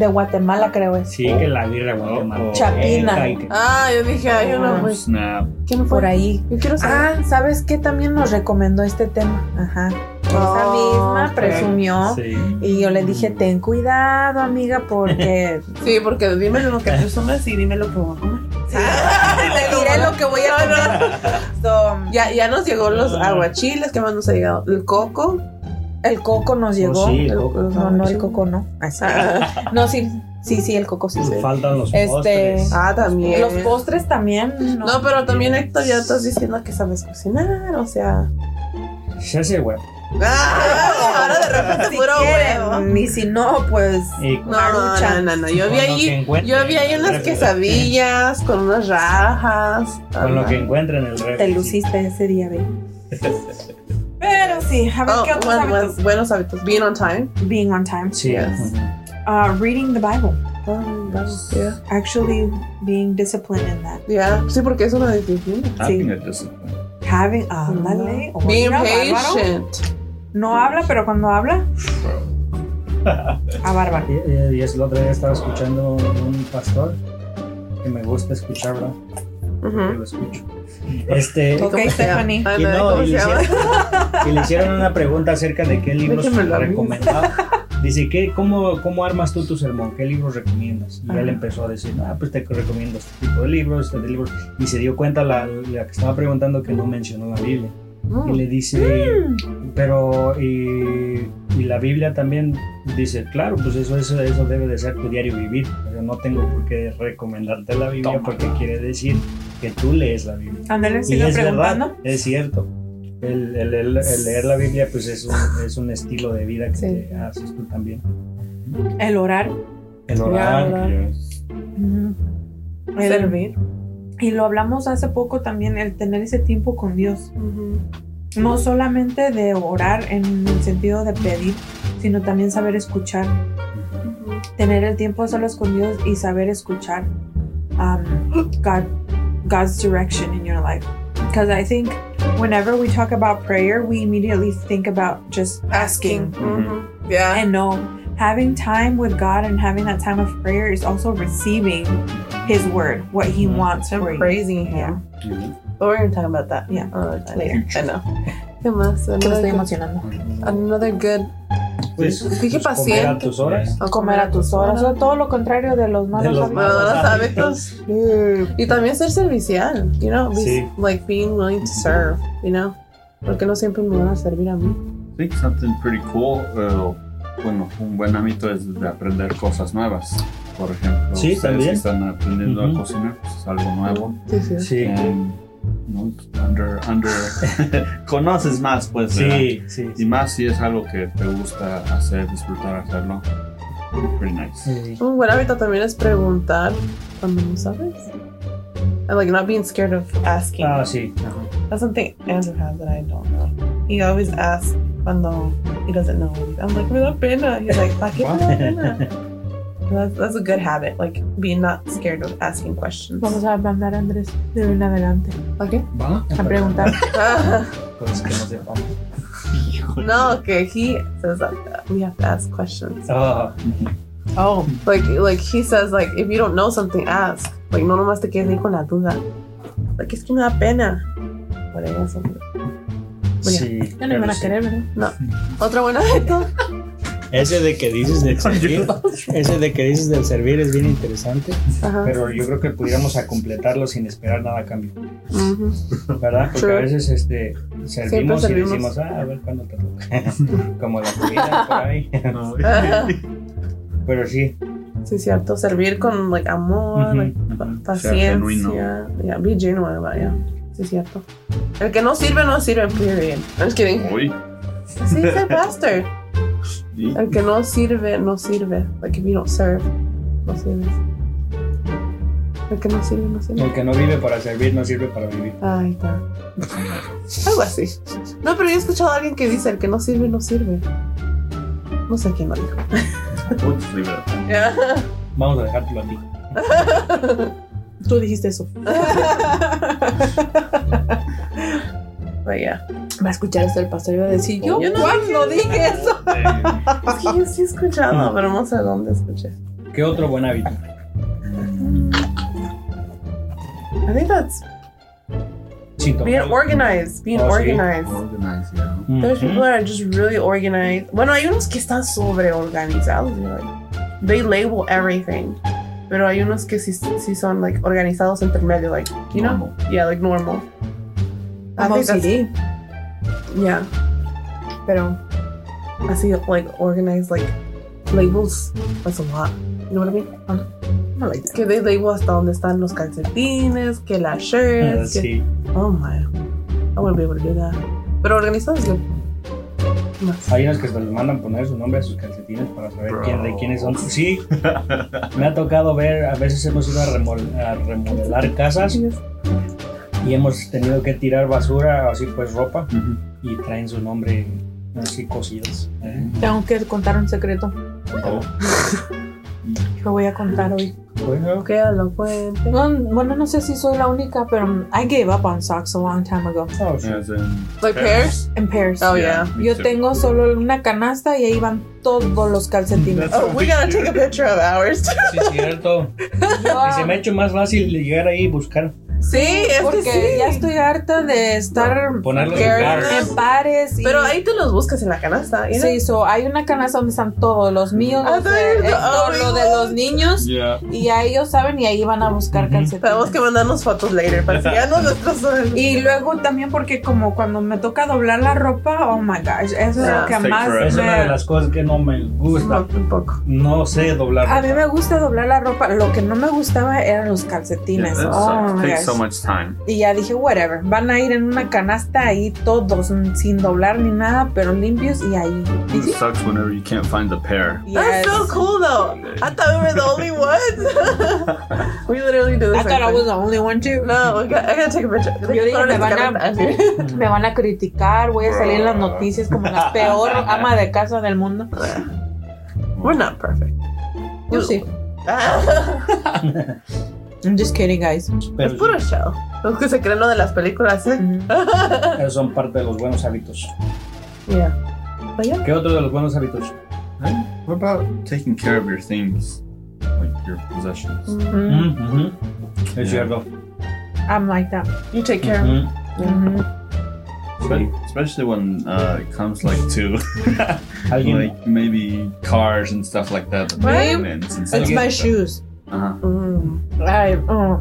[SPEAKER 7] de Guatemala, creo eh. es.
[SPEAKER 6] Sí, que la birra guatemalteca
[SPEAKER 7] Chapina.
[SPEAKER 6] y que-
[SPEAKER 3] Ah, yo dije, ay, yo no fui.
[SPEAKER 5] Snap.
[SPEAKER 3] ¿Quién fue?
[SPEAKER 7] Por ahí.
[SPEAKER 3] Yo quiero saber.
[SPEAKER 7] Ah, ¿sabes qué? También nos recomendó este tema. Ajá. Esa
[SPEAKER 3] Oh,
[SPEAKER 7] misma
[SPEAKER 3] ok.
[SPEAKER 7] presumió.
[SPEAKER 6] Sí.
[SPEAKER 7] Y yo le dije, ten cuidado, amiga, porque
[SPEAKER 3] Sí, porque dime lo que presumes y dime lo que voy a comer.
[SPEAKER 7] sí, te diré lo que voy a comer. So,
[SPEAKER 3] Ya, ya nos llegó los
[SPEAKER 6] Ah.
[SPEAKER 3] aguachiles, que más nos ha llegado? El coco.
[SPEAKER 7] el coco nos llegó. Pues,
[SPEAKER 6] Oh, sí, el coco.
[SPEAKER 7] No, no, el coco no. Ah, sí. No, sí, sí, sí, el coco sí.
[SPEAKER 6] Faltan los
[SPEAKER 7] Este,
[SPEAKER 6] postres.
[SPEAKER 3] Ah, también.
[SPEAKER 7] Los postres también. No.
[SPEAKER 3] No, pero también Héctor ya estás diciendo que sabes cocinar, o sea.
[SPEAKER 6] Se hace huevo.
[SPEAKER 3] Ahora de repente
[SPEAKER 7] Si
[SPEAKER 3] pues, puro huevo.
[SPEAKER 7] quieren, y si no, pues
[SPEAKER 6] Y
[SPEAKER 3] No, no, no, no, yo vi
[SPEAKER 6] Con lo que
[SPEAKER 3] ahí,
[SPEAKER 6] encuentre.
[SPEAKER 3] yo vi ahí unas quesadillas con unas rajas. Ah.
[SPEAKER 6] con lo que encuentren el refri.
[SPEAKER 4] Te luciste ese día, ve. Pero sí, a ver
[SPEAKER 3] Oh,
[SPEAKER 4] qué otros
[SPEAKER 3] buen- buen-
[SPEAKER 4] hábitos.
[SPEAKER 3] buenos hábitos. Being on time.
[SPEAKER 4] Being on time.
[SPEAKER 6] Sí.
[SPEAKER 3] Yes.
[SPEAKER 6] ujú.
[SPEAKER 4] Uh, reading the Bible.
[SPEAKER 3] Yeah.
[SPEAKER 4] Actually being disciplined in that.
[SPEAKER 3] Yeah. Sí, porque eso lo disciplina.
[SPEAKER 5] Tapping at discipline.
[SPEAKER 4] Having a lale.
[SPEAKER 3] Being
[SPEAKER 4] Mira, bárbaro.
[SPEAKER 3] patient.
[SPEAKER 4] No habla, pero cuando habla, a bárbaro.
[SPEAKER 6] Y, y- y es la otra vez estaba escuchando un pastor que me gusta escuchar, ¿verdad? Porque
[SPEAKER 3] Ujú.
[SPEAKER 6] lo escucho. Este,
[SPEAKER 4] Ok,
[SPEAKER 3] ¿Cómo se
[SPEAKER 4] Stephanie.
[SPEAKER 3] llama? Ay,
[SPEAKER 6] y,
[SPEAKER 3] no,
[SPEAKER 6] no,
[SPEAKER 3] ¿cómo
[SPEAKER 6] y
[SPEAKER 3] se
[SPEAKER 6] le
[SPEAKER 3] llama?
[SPEAKER 6] hicieron, y le hicieron una pregunta acerca de qué libros
[SPEAKER 3] Déjenmelo a mí.
[SPEAKER 6] recomendaba. Dice, ¿qué, cómo, ¿cómo armas tú tu sermón? ¿Qué libros recomiendas? Y él empezó a decir, ah, pues te recomiendo este tipo de libros, este libro. Y se dio cuenta la, la que estaba preguntando que no mencionó la Biblia. Y le dice, pero, y, y la Biblia también dice, claro, pues eso, eso, eso debe de ser tu diario vivir. Pero no tengo por qué recomendarte la Biblia porque quiere decir que tú lees la Biblia.
[SPEAKER 4] Andale,
[SPEAKER 6] Y
[SPEAKER 4] sigue
[SPEAKER 6] es
[SPEAKER 4] preguntando.
[SPEAKER 6] verdad, es cierto. El, el- el- el leer la Biblia pues es un, es un estilo de vida que
[SPEAKER 3] Sí.
[SPEAKER 6] te haces tú también.
[SPEAKER 4] El orar.
[SPEAKER 6] El
[SPEAKER 3] Ya,
[SPEAKER 6] orar,
[SPEAKER 3] orar.
[SPEAKER 6] Mm.
[SPEAKER 4] El-
[SPEAKER 3] Servir.
[SPEAKER 4] y lo hablamos hace poco también, el tener ese tiempo con Dios. No solamente de orar en el sentido de pedir, sino también saber escuchar. Tener el tiempo solo con Dios y saber escuchar um, God, God's direction in your life. Because I think whenever we talk about prayer, we immediately think about just asking.
[SPEAKER 3] Ujú. Yeah.
[SPEAKER 4] And no, having time with God and having that time of prayer is also receiving His word, what He
[SPEAKER 6] Mhm.
[SPEAKER 4] wants
[SPEAKER 3] I'm
[SPEAKER 4] for you.
[SPEAKER 3] praising him. But we're gonna talk about that.
[SPEAKER 4] Yeah.
[SPEAKER 3] another time.
[SPEAKER 4] Later.
[SPEAKER 3] I know. ¿Qué más?
[SPEAKER 7] que me estoy
[SPEAKER 3] Another,
[SPEAKER 7] emocionando.
[SPEAKER 3] another good.
[SPEAKER 6] Pues,
[SPEAKER 3] Dije
[SPEAKER 6] pues, comer a
[SPEAKER 3] paciente.
[SPEAKER 6] tus horas.
[SPEAKER 3] A
[SPEAKER 7] Comer a tus horas. o Todo lo contrario de los malos
[SPEAKER 6] De los
[SPEAKER 7] hábitos.
[SPEAKER 3] Bueno,
[SPEAKER 6] malos
[SPEAKER 3] los hábitos. Y también ser servicial, you know, be-
[SPEAKER 6] Sí.
[SPEAKER 3] like being willing to serve, you know. Porque no siempre me van a servir a mí.
[SPEAKER 5] I think something pretty cool. uh, bueno, un buen hábito es de aprender cosas nuevas. Por ejemplo,
[SPEAKER 6] Sí,
[SPEAKER 5] ustedes
[SPEAKER 6] también.
[SPEAKER 5] que están aprendiendo
[SPEAKER 6] Ujú.
[SPEAKER 5] a cocinar, pues es algo nuevo.
[SPEAKER 3] Sí, sí.
[SPEAKER 6] Sí,
[SPEAKER 5] And, no, under, under, conoces más, pues. ¿verdad?
[SPEAKER 6] sí, sí.
[SPEAKER 5] Y más si es algo que te gusta hacer, disfrutar hacerlo. Pretty nice.
[SPEAKER 6] sí.
[SPEAKER 3] Un buen hábito también es preguntar cuando no sabes. And like not being scared of asking.
[SPEAKER 6] Ah, sí. ajá.
[SPEAKER 3] That's something Andrew has that I don't know. He always asks cuando he doesn't know. I'm like, me da pena. He's like, ¿para qué me da pena? That's, that's a good habit, like being not scared of asking questions.
[SPEAKER 7] Vamos a mandar a Andrés de hoy en adelante
[SPEAKER 3] Okay.
[SPEAKER 6] ¿Va?
[SPEAKER 7] a preguntar.
[SPEAKER 6] Cosas Pues que no sepamos.
[SPEAKER 3] no, okay. He says that we have to ask questions.
[SPEAKER 6] Ah,
[SPEAKER 3] Oh, like like he says like if you don't know something, ask. Like no nomás te quedes ahí con la duda. Like es que me da pena. Por eso.
[SPEAKER 6] sí.
[SPEAKER 7] Ya no me
[SPEAKER 6] pero
[SPEAKER 7] van a
[SPEAKER 6] sí.
[SPEAKER 7] querer, ¿verdad?
[SPEAKER 3] Otro buen hábito
[SPEAKER 8] Ese de que dices del servir, ese de que dices del servir es bien interesante.
[SPEAKER 3] Ajá.
[SPEAKER 6] Pero yo creo que pudiéramos a completarlo sin esperar nada a cambio,
[SPEAKER 3] Ujú.
[SPEAKER 6] ¿verdad? Porque
[SPEAKER 3] Sure.
[SPEAKER 6] a veces este, servimos y
[SPEAKER 3] servimos.
[SPEAKER 6] decimos, ah, a ver cuándo te toca. Como la comida por ahí.
[SPEAKER 3] Ajá.
[SPEAKER 6] Pero sí,
[SPEAKER 3] Sí, cierto. Servir con like, amor,
[SPEAKER 6] Ujú,
[SPEAKER 3] like, pa-
[SPEAKER 6] ujú.
[SPEAKER 5] Ser genuino.
[SPEAKER 3] paciencia. Ya, be genuine, vaya. Sí, cierto. El que no sirve, no sirve, period. I'm just kidding.
[SPEAKER 5] Uy.
[SPEAKER 3] Sí, say pastor.
[SPEAKER 5] sí.
[SPEAKER 3] El que no sirve, no sirve. Like, if you don't serve, no sirves. El que no sirve, no sirve.
[SPEAKER 6] el que no vive para servir no sirve para vivir.
[SPEAKER 3] Ay, está. Algo así. No, pero yo he escuchado a alguien que dice, el que no sirve, no sirve. No sé quién lo dijo.
[SPEAKER 5] Putz, libertad.
[SPEAKER 6] Vamos a dejártelo a ti.
[SPEAKER 4] Tú dijiste eso.
[SPEAKER 3] Vaya.
[SPEAKER 4] Va a escuchar hasta el pastor y va a decir, yo,
[SPEAKER 3] Yo no
[SPEAKER 4] cuando dije eso.
[SPEAKER 3] Es que yo sí he escuchado, pero no sé dónde escuché.
[SPEAKER 6] ¿Qué otro buen hábito?
[SPEAKER 3] I think that's
[SPEAKER 6] Sin tomar-
[SPEAKER 3] being organized. Being
[SPEAKER 6] Oh, sí.
[SPEAKER 3] organized.
[SPEAKER 5] Organized, yeah.
[SPEAKER 6] Ujú.
[SPEAKER 3] There's people that are just really organized. Bueno, hay unos que están sobreorganizados. you know, Like, they label everything. Pero hay unos que sí, sí son like organizados entre medio, like, you know?
[SPEAKER 5] Normal.
[SPEAKER 3] Yeah, like normal. I
[SPEAKER 4] Como
[SPEAKER 3] think that's-
[SPEAKER 4] CD,
[SPEAKER 3] yeah.
[SPEAKER 4] pero
[SPEAKER 3] I see like organized like labels. That's a lot. You know what I mean? Um, I like that. Que they label hasta donde están los calcetines, que las
[SPEAKER 6] Ah,
[SPEAKER 3] shirts. que-
[SPEAKER 6] Sí.
[SPEAKER 3] Oh my. I wouldn't be able to do that. Pero organizado es good. ¿Qué más?
[SPEAKER 6] Hay unos que se les mandan poner su nombre a sus calcetines para saber
[SPEAKER 5] Bro.
[SPEAKER 6] quién, de quiénes son. Sí, me ha tocado ver, a veces hemos ido a, remol- a remodelar casas y hemos tenido que tirar basura, así pues ropa,
[SPEAKER 5] Ujú.
[SPEAKER 6] y traen su nombre así cosidos. ¿eh?
[SPEAKER 4] tengo que contar un secreto.
[SPEAKER 5] Oh,
[SPEAKER 4] Lo voy a contar hoy.
[SPEAKER 6] Bueno,
[SPEAKER 3] Queda la fuente.
[SPEAKER 4] No, bueno, no sé si soy la única, pero mm, I gave up on socks a long time ago.
[SPEAKER 6] no, sí.
[SPEAKER 5] as in-
[SPEAKER 3] Like pears?
[SPEAKER 4] En pairs.
[SPEAKER 3] Oh, yeah.
[SPEAKER 5] me
[SPEAKER 4] Yo
[SPEAKER 5] too.
[SPEAKER 4] tengo solo una canasta y ahí van todos los calcetines.
[SPEAKER 5] That's
[SPEAKER 3] Oh, we gotta take a picture of ours.
[SPEAKER 6] Sí, es cierto. Y se me ha hecho más fácil llegar ahí y buscar,
[SPEAKER 3] sí, es
[SPEAKER 4] Porque
[SPEAKER 3] que sí.
[SPEAKER 4] ya estoy harta de estar
[SPEAKER 6] ponerlo en
[SPEAKER 3] Girl.
[SPEAKER 6] lugar.
[SPEAKER 4] en pares. y-
[SPEAKER 3] Pero ahí te los buscas en la canasta. ¿you know?
[SPEAKER 4] Sí, so, hay una canasta donde están todos los míos,
[SPEAKER 3] Ah,
[SPEAKER 4] los de,
[SPEAKER 3] sí,
[SPEAKER 4] Héctor,
[SPEAKER 3] ay,
[SPEAKER 4] lo de los niños,
[SPEAKER 5] Yeah.
[SPEAKER 4] y ya ellos saben y ahí van a buscar
[SPEAKER 6] Ujú.
[SPEAKER 4] calcetines.
[SPEAKER 3] Tenemos que mandarnos fotos later para enseñarnos nuestros.
[SPEAKER 4] Y luego también porque como cuando me toca doblar la ropa, oh my gosh, eso es
[SPEAKER 3] Ah,
[SPEAKER 4] lo que
[SPEAKER 5] sí,
[SPEAKER 4] más
[SPEAKER 5] correcto.
[SPEAKER 6] Es una de
[SPEAKER 4] me...
[SPEAKER 6] las cosas que no me gusta.
[SPEAKER 3] un poco.
[SPEAKER 6] No sé doblar.
[SPEAKER 4] A mí me gusta doblar la ropa, lo que no me gustaba eran los calcetines.
[SPEAKER 5] that
[SPEAKER 4] oh
[SPEAKER 5] sucks.
[SPEAKER 4] my
[SPEAKER 5] takes so
[SPEAKER 4] gosh.
[SPEAKER 5] much time.
[SPEAKER 4] Y ya dije, whatever, van a ir en una canasta ahí todos, mm, sin doblar ni nada, pero limpios y ahí. Y
[SPEAKER 5] It
[SPEAKER 4] sí, Ah,
[SPEAKER 5] sucks whenever you can't find the pair.
[SPEAKER 3] That's
[SPEAKER 4] yes.
[SPEAKER 3] so cool though. I thought we were the only ones. we literally do this.
[SPEAKER 4] I thought I was the only one too.
[SPEAKER 3] No, we got, I gotta take a picture.
[SPEAKER 4] Yo dije, me van, a, me van a criticar, voy a salir en las noticias como la peor ama de casa del mundo.
[SPEAKER 3] We're not perfect.
[SPEAKER 4] Yo sí. I'm just kidding, guys.
[SPEAKER 6] pero
[SPEAKER 3] es puro show. Los que se creen lo de las películas, ¿eh?
[SPEAKER 4] Mm-hmm.
[SPEAKER 6] Esos son parte de los buenos hábitos.
[SPEAKER 3] Yeah.
[SPEAKER 6] ¿Qué otro de los buenos hábitos?
[SPEAKER 5] What about taking care of your things? Like your possessions.
[SPEAKER 4] Mm,
[SPEAKER 6] Es
[SPEAKER 5] Yeah.
[SPEAKER 6] cierto.
[SPEAKER 4] I'm like that.
[SPEAKER 3] You take care.
[SPEAKER 6] Ujú.
[SPEAKER 4] Mhm.
[SPEAKER 5] Spe- Especially when uh, it comes like to
[SPEAKER 6] Alguien,
[SPEAKER 5] like maybe cars and stuff like that. the
[SPEAKER 4] Right?
[SPEAKER 5] maintenance and
[SPEAKER 4] It's
[SPEAKER 5] stuff.
[SPEAKER 4] my shoes.
[SPEAKER 5] Uh-huh.
[SPEAKER 3] Mm.
[SPEAKER 4] Ay, oh,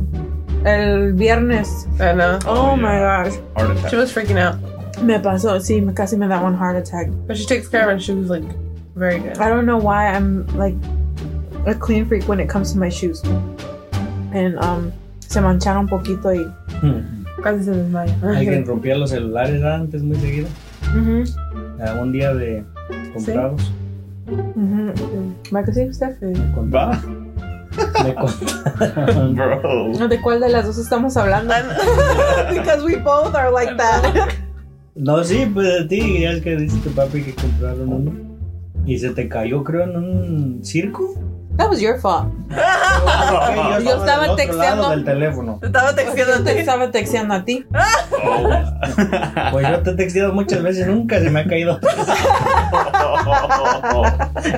[SPEAKER 4] El viernes.
[SPEAKER 3] I know.
[SPEAKER 4] Oh
[SPEAKER 5] Oh,
[SPEAKER 4] my
[SPEAKER 5] yeah.
[SPEAKER 4] gosh.
[SPEAKER 5] Heart attack.
[SPEAKER 3] She was freaking out.
[SPEAKER 4] Me pasó, sí, me- casi me da un heart attack.
[SPEAKER 3] But she takes care of her shoes like very good.
[SPEAKER 4] I don't know why I'm like a clean freak when it comes to my shoes. And um, se mancharon un poquito y
[SPEAKER 6] Hmm.
[SPEAKER 4] casi se desmaya.
[SPEAKER 6] alguien rompía los celulares antes muy seguido.
[SPEAKER 4] Mhm,
[SPEAKER 6] A un día de comprados.
[SPEAKER 4] mhm. ¿Va que sí, usted?
[SPEAKER 6] Me contaron.
[SPEAKER 5] Bah,
[SPEAKER 6] Me contaron.
[SPEAKER 5] bro.
[SPEAKER 4] ¿De cuál de las dos estamos hablando?
[SPEAKER 3] because we both are like that.
[SPEAKER 6] No, sí, pues a ti, ya es que dice tu papi que compraron uno. Y se te cayó, creo, en un circo.
[SPEAKER 4] That was your fault.
[SPEAKER 6] Ah,
[SPEAKER 4] Yo estaba
[SPEAKER 6] del otro
[SPEAKER 4] texteando.
[SPEAKER 6] lado del teléfono.
[SPEAKER 3] Estaba
[SPEAKER 4] Yo te
[SPEAKER 3] texteándote.
[SPEAKER 4] estaba texteando a ti.
[SPEAKER 6] Pues yo te he texteado muchas veces, nunca se me ha caído.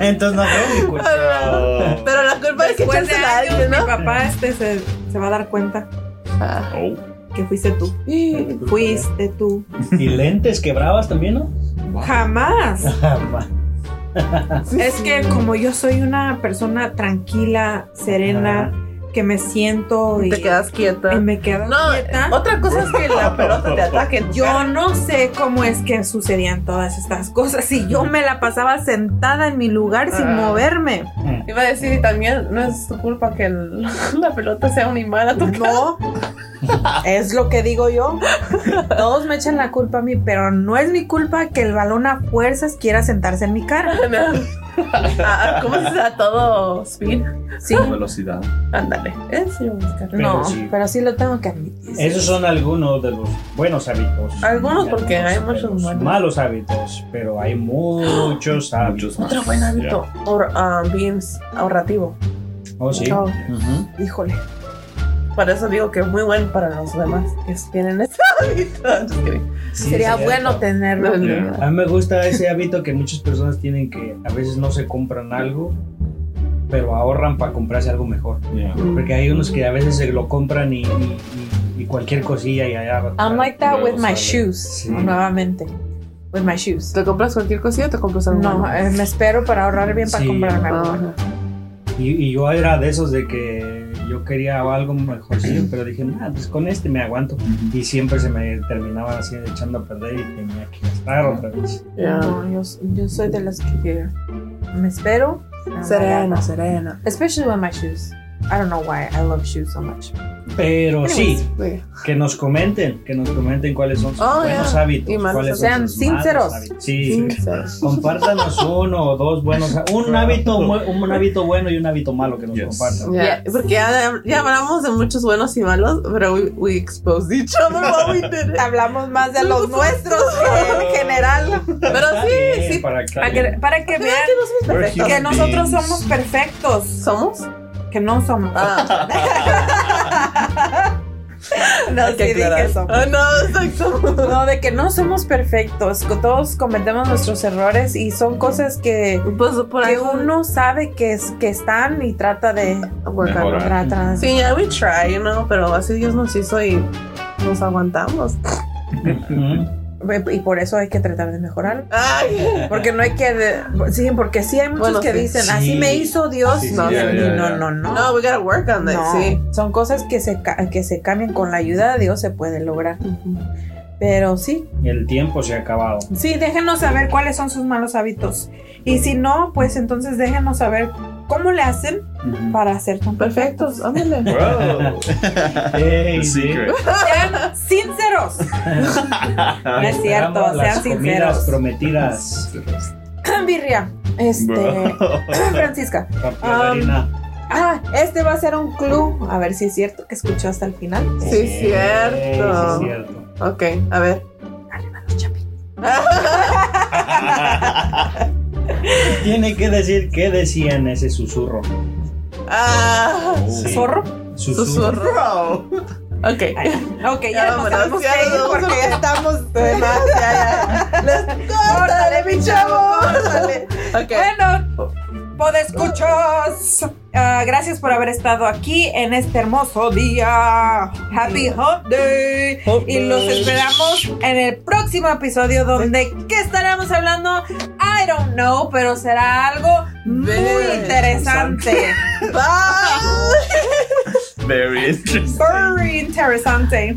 [SPEAKER 6] Entonces no creo ni culpa.
[SPEAKER 5] Oh.
[SPEAKER 3] Pero la culpa es que
[SPEAKER 4] Después de
[SPEAKER 3] echársela a
[SPEAKER 4] años,
[SPEAKER 3] alguien,
[SPEAKER 4] mi
[SPEAKER 3] ¿no?
[SPEAKER 4] papá este se, se va a dar cuenta Ah.
[SPEAKER 5] Oh.
[SPEAKER 4] que fuiste tú. Fuiste tú.
[SPEAKER 6] Y lentes quebrabas también, ¿no?
[SPEAKER 4] Jamás. Es que como yo soy una persona tranquila, serena, que me siento y,
[SPEAKER 3] Te quedas
[SPEAKER 4] y
[SPEAKER 3] quieta.
[SPEAKER 4] me quedo
[SPEAKER 3] No,
[SPEAKER 4] quieta,
[SPEAKER 3] Otra cosa es que la pelota te ataque. en tu
[SPEAKER 4] yo
[SPEAKER 3] cara.
[SPEAKER 4] no sé cómo es que sucedían todas estas cosas. Si yo me la pasaba sentada en mi lugar sin
[SPEAKER 3] Ah.
[SPEAKER 4] moverme.
[SPEAKER 3] Iba a decir, y también no es tu culpa que el- la pelota sea un imán a tu cara.
[SPEAKER 4] No, es lo que digo yo. Todos me echan la culpa a mí, pero no es mi culpa que el balón a fuerzas quiera sentarse en mi cara.
[SPEAKER 3] Ah, ¿Cómo se da todo spin?
[SPEAKER 4] Sí,
[SPEAKER 5] Velocidad.
[SPEAKER 3] Ándale. Eso iba a buscar.
[SPEAKER 6] Pero
[SPEAKER 4] no,
[SPEAKER 6] sí.
[SPEAKER 4] pero sí lo tengo que admitir.
[SPEAKER 6] Esos son algunos de los buenos hábitos.
[SPEAKER 3] Algunos,
[SPEAKER 6] Y
[SPEAKER 3] porque hay
[SPEAKER 6] de
[SPEAKER 3] muchos
[SPEAKER 6] los
[SPEAKER 3] malos.
[SPEAKER 6] malos hábitos, pero hay muchos
[SPEAKER 5] Muchos
[SPEAKER 6] hábitos.
[SPEAKER 5] más.
[SPEAKER 3] Otro buen hábito. Or, ah, bien ahorrativo.
[SPEAKER 6] Oh, sí.
[SPEAKER 3] Oh,
[SPEAKER 5] Ujú.
[SPEAKER 3] híjole. Por eso digo que es muy bueno para los demás que tienen ese hábito. I'm just kidding.
[SPEAKER 6] Sí,
[SPEAKER 4] Sería
[SPEAKER 6] sí.
[SPEAKER 4] bueno tenerlo.
[SPEAKER 5] Yeah.
[SPEAKER 6] A mí me gusta ese hábito que muchas personas tienen que a veces no se compran algo, pero ahorran para comprarse algo mejor.
[SPEAKER 5] Yeah.
[SPEAKER 6] Porque hay unos que a veces se lo compran y, y- y- y cualquier cosilla y allá.
[SPEAKER 4] I'm like that with my
[SPEAKER 6] Sale.
[SPEAKER 4] shoes.
[SPEAKER 6] Sí.
[SPEAKER 4] Nuevamente. With my shoes.
[SPEAKER 3] ¿Te compras cualquier cosilla o te compras algo? Ah,
[SPEAKER 4] No,
[SPEAKER 3] bueno?
[SPEAKER 4] eh, me espero para ahorrar bien para
[SPEAKER 6] Sí.
[SPEAKER 4] comprarme algo.
[SPEAKER 3] Ajá.
[SPEAKER 6] Y, y yo era de esos de que yo quería algo mejorcillo, pero dije, nah, pues con este me aguanto. Y siempre se me terminaba así echando a perder y tenía que gastar otra vez.
[SPEAKER 3] Yeah.
[SPEAKER 4] No, yo, yo soy de las que me espero.
[SPEAKER 3] Serena, serena.
[SPEAKER 4] Especially with my shoes. I don't know why I love shoes so much.
[SPEAKER 6] Pero sí,
[SPEAKER 3] Sí.
[SPEAKER 4] pues.
[SPEAKER 6] que nos comenten, que nos comenten cuáles son sus
[SPEAKER 3] Oh,
[SPEAKER 6] buenos
[SPEAKER 3] yeah.
[SPEAKER 6] hábitos.
[SPEAKER 3] Y malos
[SPEAKER 6] cuáles
[SPEAKER 3] hábitos.
[SPEAKER 4] Sean
[SPEAKER 6] son sus malos
[SPEAKER 4] sinceros.
[SPEAKER 6] hábitos. Sí,
[SPEAKER 3] Sí.
[SPEAKER 6] compártanos uno o dos buenos há- un hábito mu- un hábito bueno y un hábito malo que nos
[SPEAKER 5] Yes.
[SPEAKER 6] compartan.
[SPEAKER 3] Yeah,
[SPEAKER 4] Yes.
[SPEAKER 3] Porque ya, ya hablamos de muchos buenos y malos, pero we, we exposed each other what we did.
[SPEAKER 4] Hablamos más de los nuestros que en general.
[SPEAKER 3] Pero
[SPEAKER 6] Está
[SPEAKER 3] sí,
[SPEAKER 6] bien,
[SPEAKER 3] sí.
[SPEAKER 6] Para que,
[SPEAKER 4] Para que, para que vean
[SPEAKER 5] We're human
[SPEAKER 4] que nosotros
[SPEAKER 5] beings.
[SPEAKER 4] somos perfectos.
[SPEAKER 3] ¿Somos? Ah,
[SPEAKER 4] Que no somos. no,
[SPEAKER 3] Hay que
[SPEAKER 4] sí, di
[SPEAKER 3] aclarar.
[SPEAKER 4] que somos.
[SPEAKER 3] Ah, no, exacto.
[SPEAKER 4] No, de que no somos perfectos, que todos cometemos nuestros errores y son cosas que,
[SPEAKER 3] Pues por
[SPEAKER 4] que
[SPEAKER 3] ahí
[SPEAKER 4] uno sabe que, es, que están y trata de
[SPEAKER 5] Mejorar.
[SPEAKER 4] trata de-
[SPEAKER 3] Sí, ya we try, you know, pero así Dios nos hizo y nos aguantamos.
[SPEAKER 6] Ujú.
[SPEAKER 4] Y por eso hay que tratar de mejorar.
[SPEAKER 3] Ay,
[SPEAKER 4] Porque no hay que... de- sí, porque sí hay muchos
[SPEAKER 3] Bueno,
[SPEAKER 4] que
[SPEAKER 3] sí.
[SPEAKER 4] dicen,
[SPEAKER 6] Sí.
[SPEAKER 4] así me hizo Dios.
[SPEAKER 6] Sí, sí,
[SPEAKER 4] no,
[SPEAKER 5] ya,
[SPEAKER 4] y
[SPEAKER 5] ya,
[SPEAKER 4] no,
[SPEAKER 5] ya.
[SPEAKER 4] no, no,
[SPEAKER 3] no, we gotta work on that,
[SPEAKER 4] No.
[SPEAKER 3] sí.
[SPEAKER 4] Son cosas que se, ca- que se cambian con la ayuda de Dios, se puede lograr. Pero sí,
[SPEAKER 6] el tiempo se ha acabado.
[SPEAKER 4] Sí, déjenos saber cuáles son sus malos hábitos. Y si no, pues entonces déjenos saber cómo le hacen
[SPEAKER 3] Mm-hmm.
[SPEAKER 4] para hacer tan
[SPEAKER 3] Perfectos, ándale.
[SPEAKER 5] Wow.
[SPEAKER 6] Ey,
[SPEAKER 5] The secret.
[SPEAKER 4] Sean sinceros. No es cierto,
[SPEAKER 6] Ah,
[SPEAKER 4] sean
[SPEAKER 6] Esperamos las comidas
[SPEAKER 4] sinceros.
[SPEAKER 6] prometidas.
[SPEAKER 4] Birria, este. Francisca.
[SPEAKER 6] Capilarina.
[SPEAKER 4] Ah, este va a ser un club. A ver si es cierto que escuchó hasta el final.
[SPEAKER 3] Sí, es cierto.
[SPEAKER 6] Sí, es cierto.
[SPEAKER 3] Ok, a ver.
[SPEAKER 6] Tiene que decir qué decían ese susurro.
[SPEAKER 3] Ah,
[SPEAKER 6] Sí.
[SPEAKER 4] ¿Zorro?
[SPEAKER 6] Susurro.
[SPEAKER 3] susurro. Ok.
[SPEAKER 4] Ok, ya,
[SPEAKER 3] Ya
[SPEAKER 4] nos
[SPEAKER 3] vámonos,
[SPEAKER 4] tenemos
[SPEAKER 3] ya
[SPEAKER 4] que ir
[SPEAKER 3] nos vamos
[SPEAKER 4] porque ya estamos de más.
[SPEAKER 3] ya, ya. Les
[SPEAKER 4] Córtale,
[SPEAKER 3] córtale,
[SPEAKER 4] mi
[SPEAKER 3] mi
[SPEAKER 4] chavo,
[SPEAKER 3] chavo.
[SPEAKER 4] córtale.
[SPEAKER 3] Ok.
[SPEAKER 4] Bueno, podescuchos, ah, gracias por haber estado aquí en este hermoso día. Happy Hot Day. Y los esperamos en el próximo episodio donde ¿qué estaremos hablando? I don't know, pero será algo muy
[SPEAKER 3] Very
[SPEAKER 4] interesante.
[SPEAKER 3] Bye.
[SPEAKER 5] Very interesting.
[SPEAKER 4] Very interesante.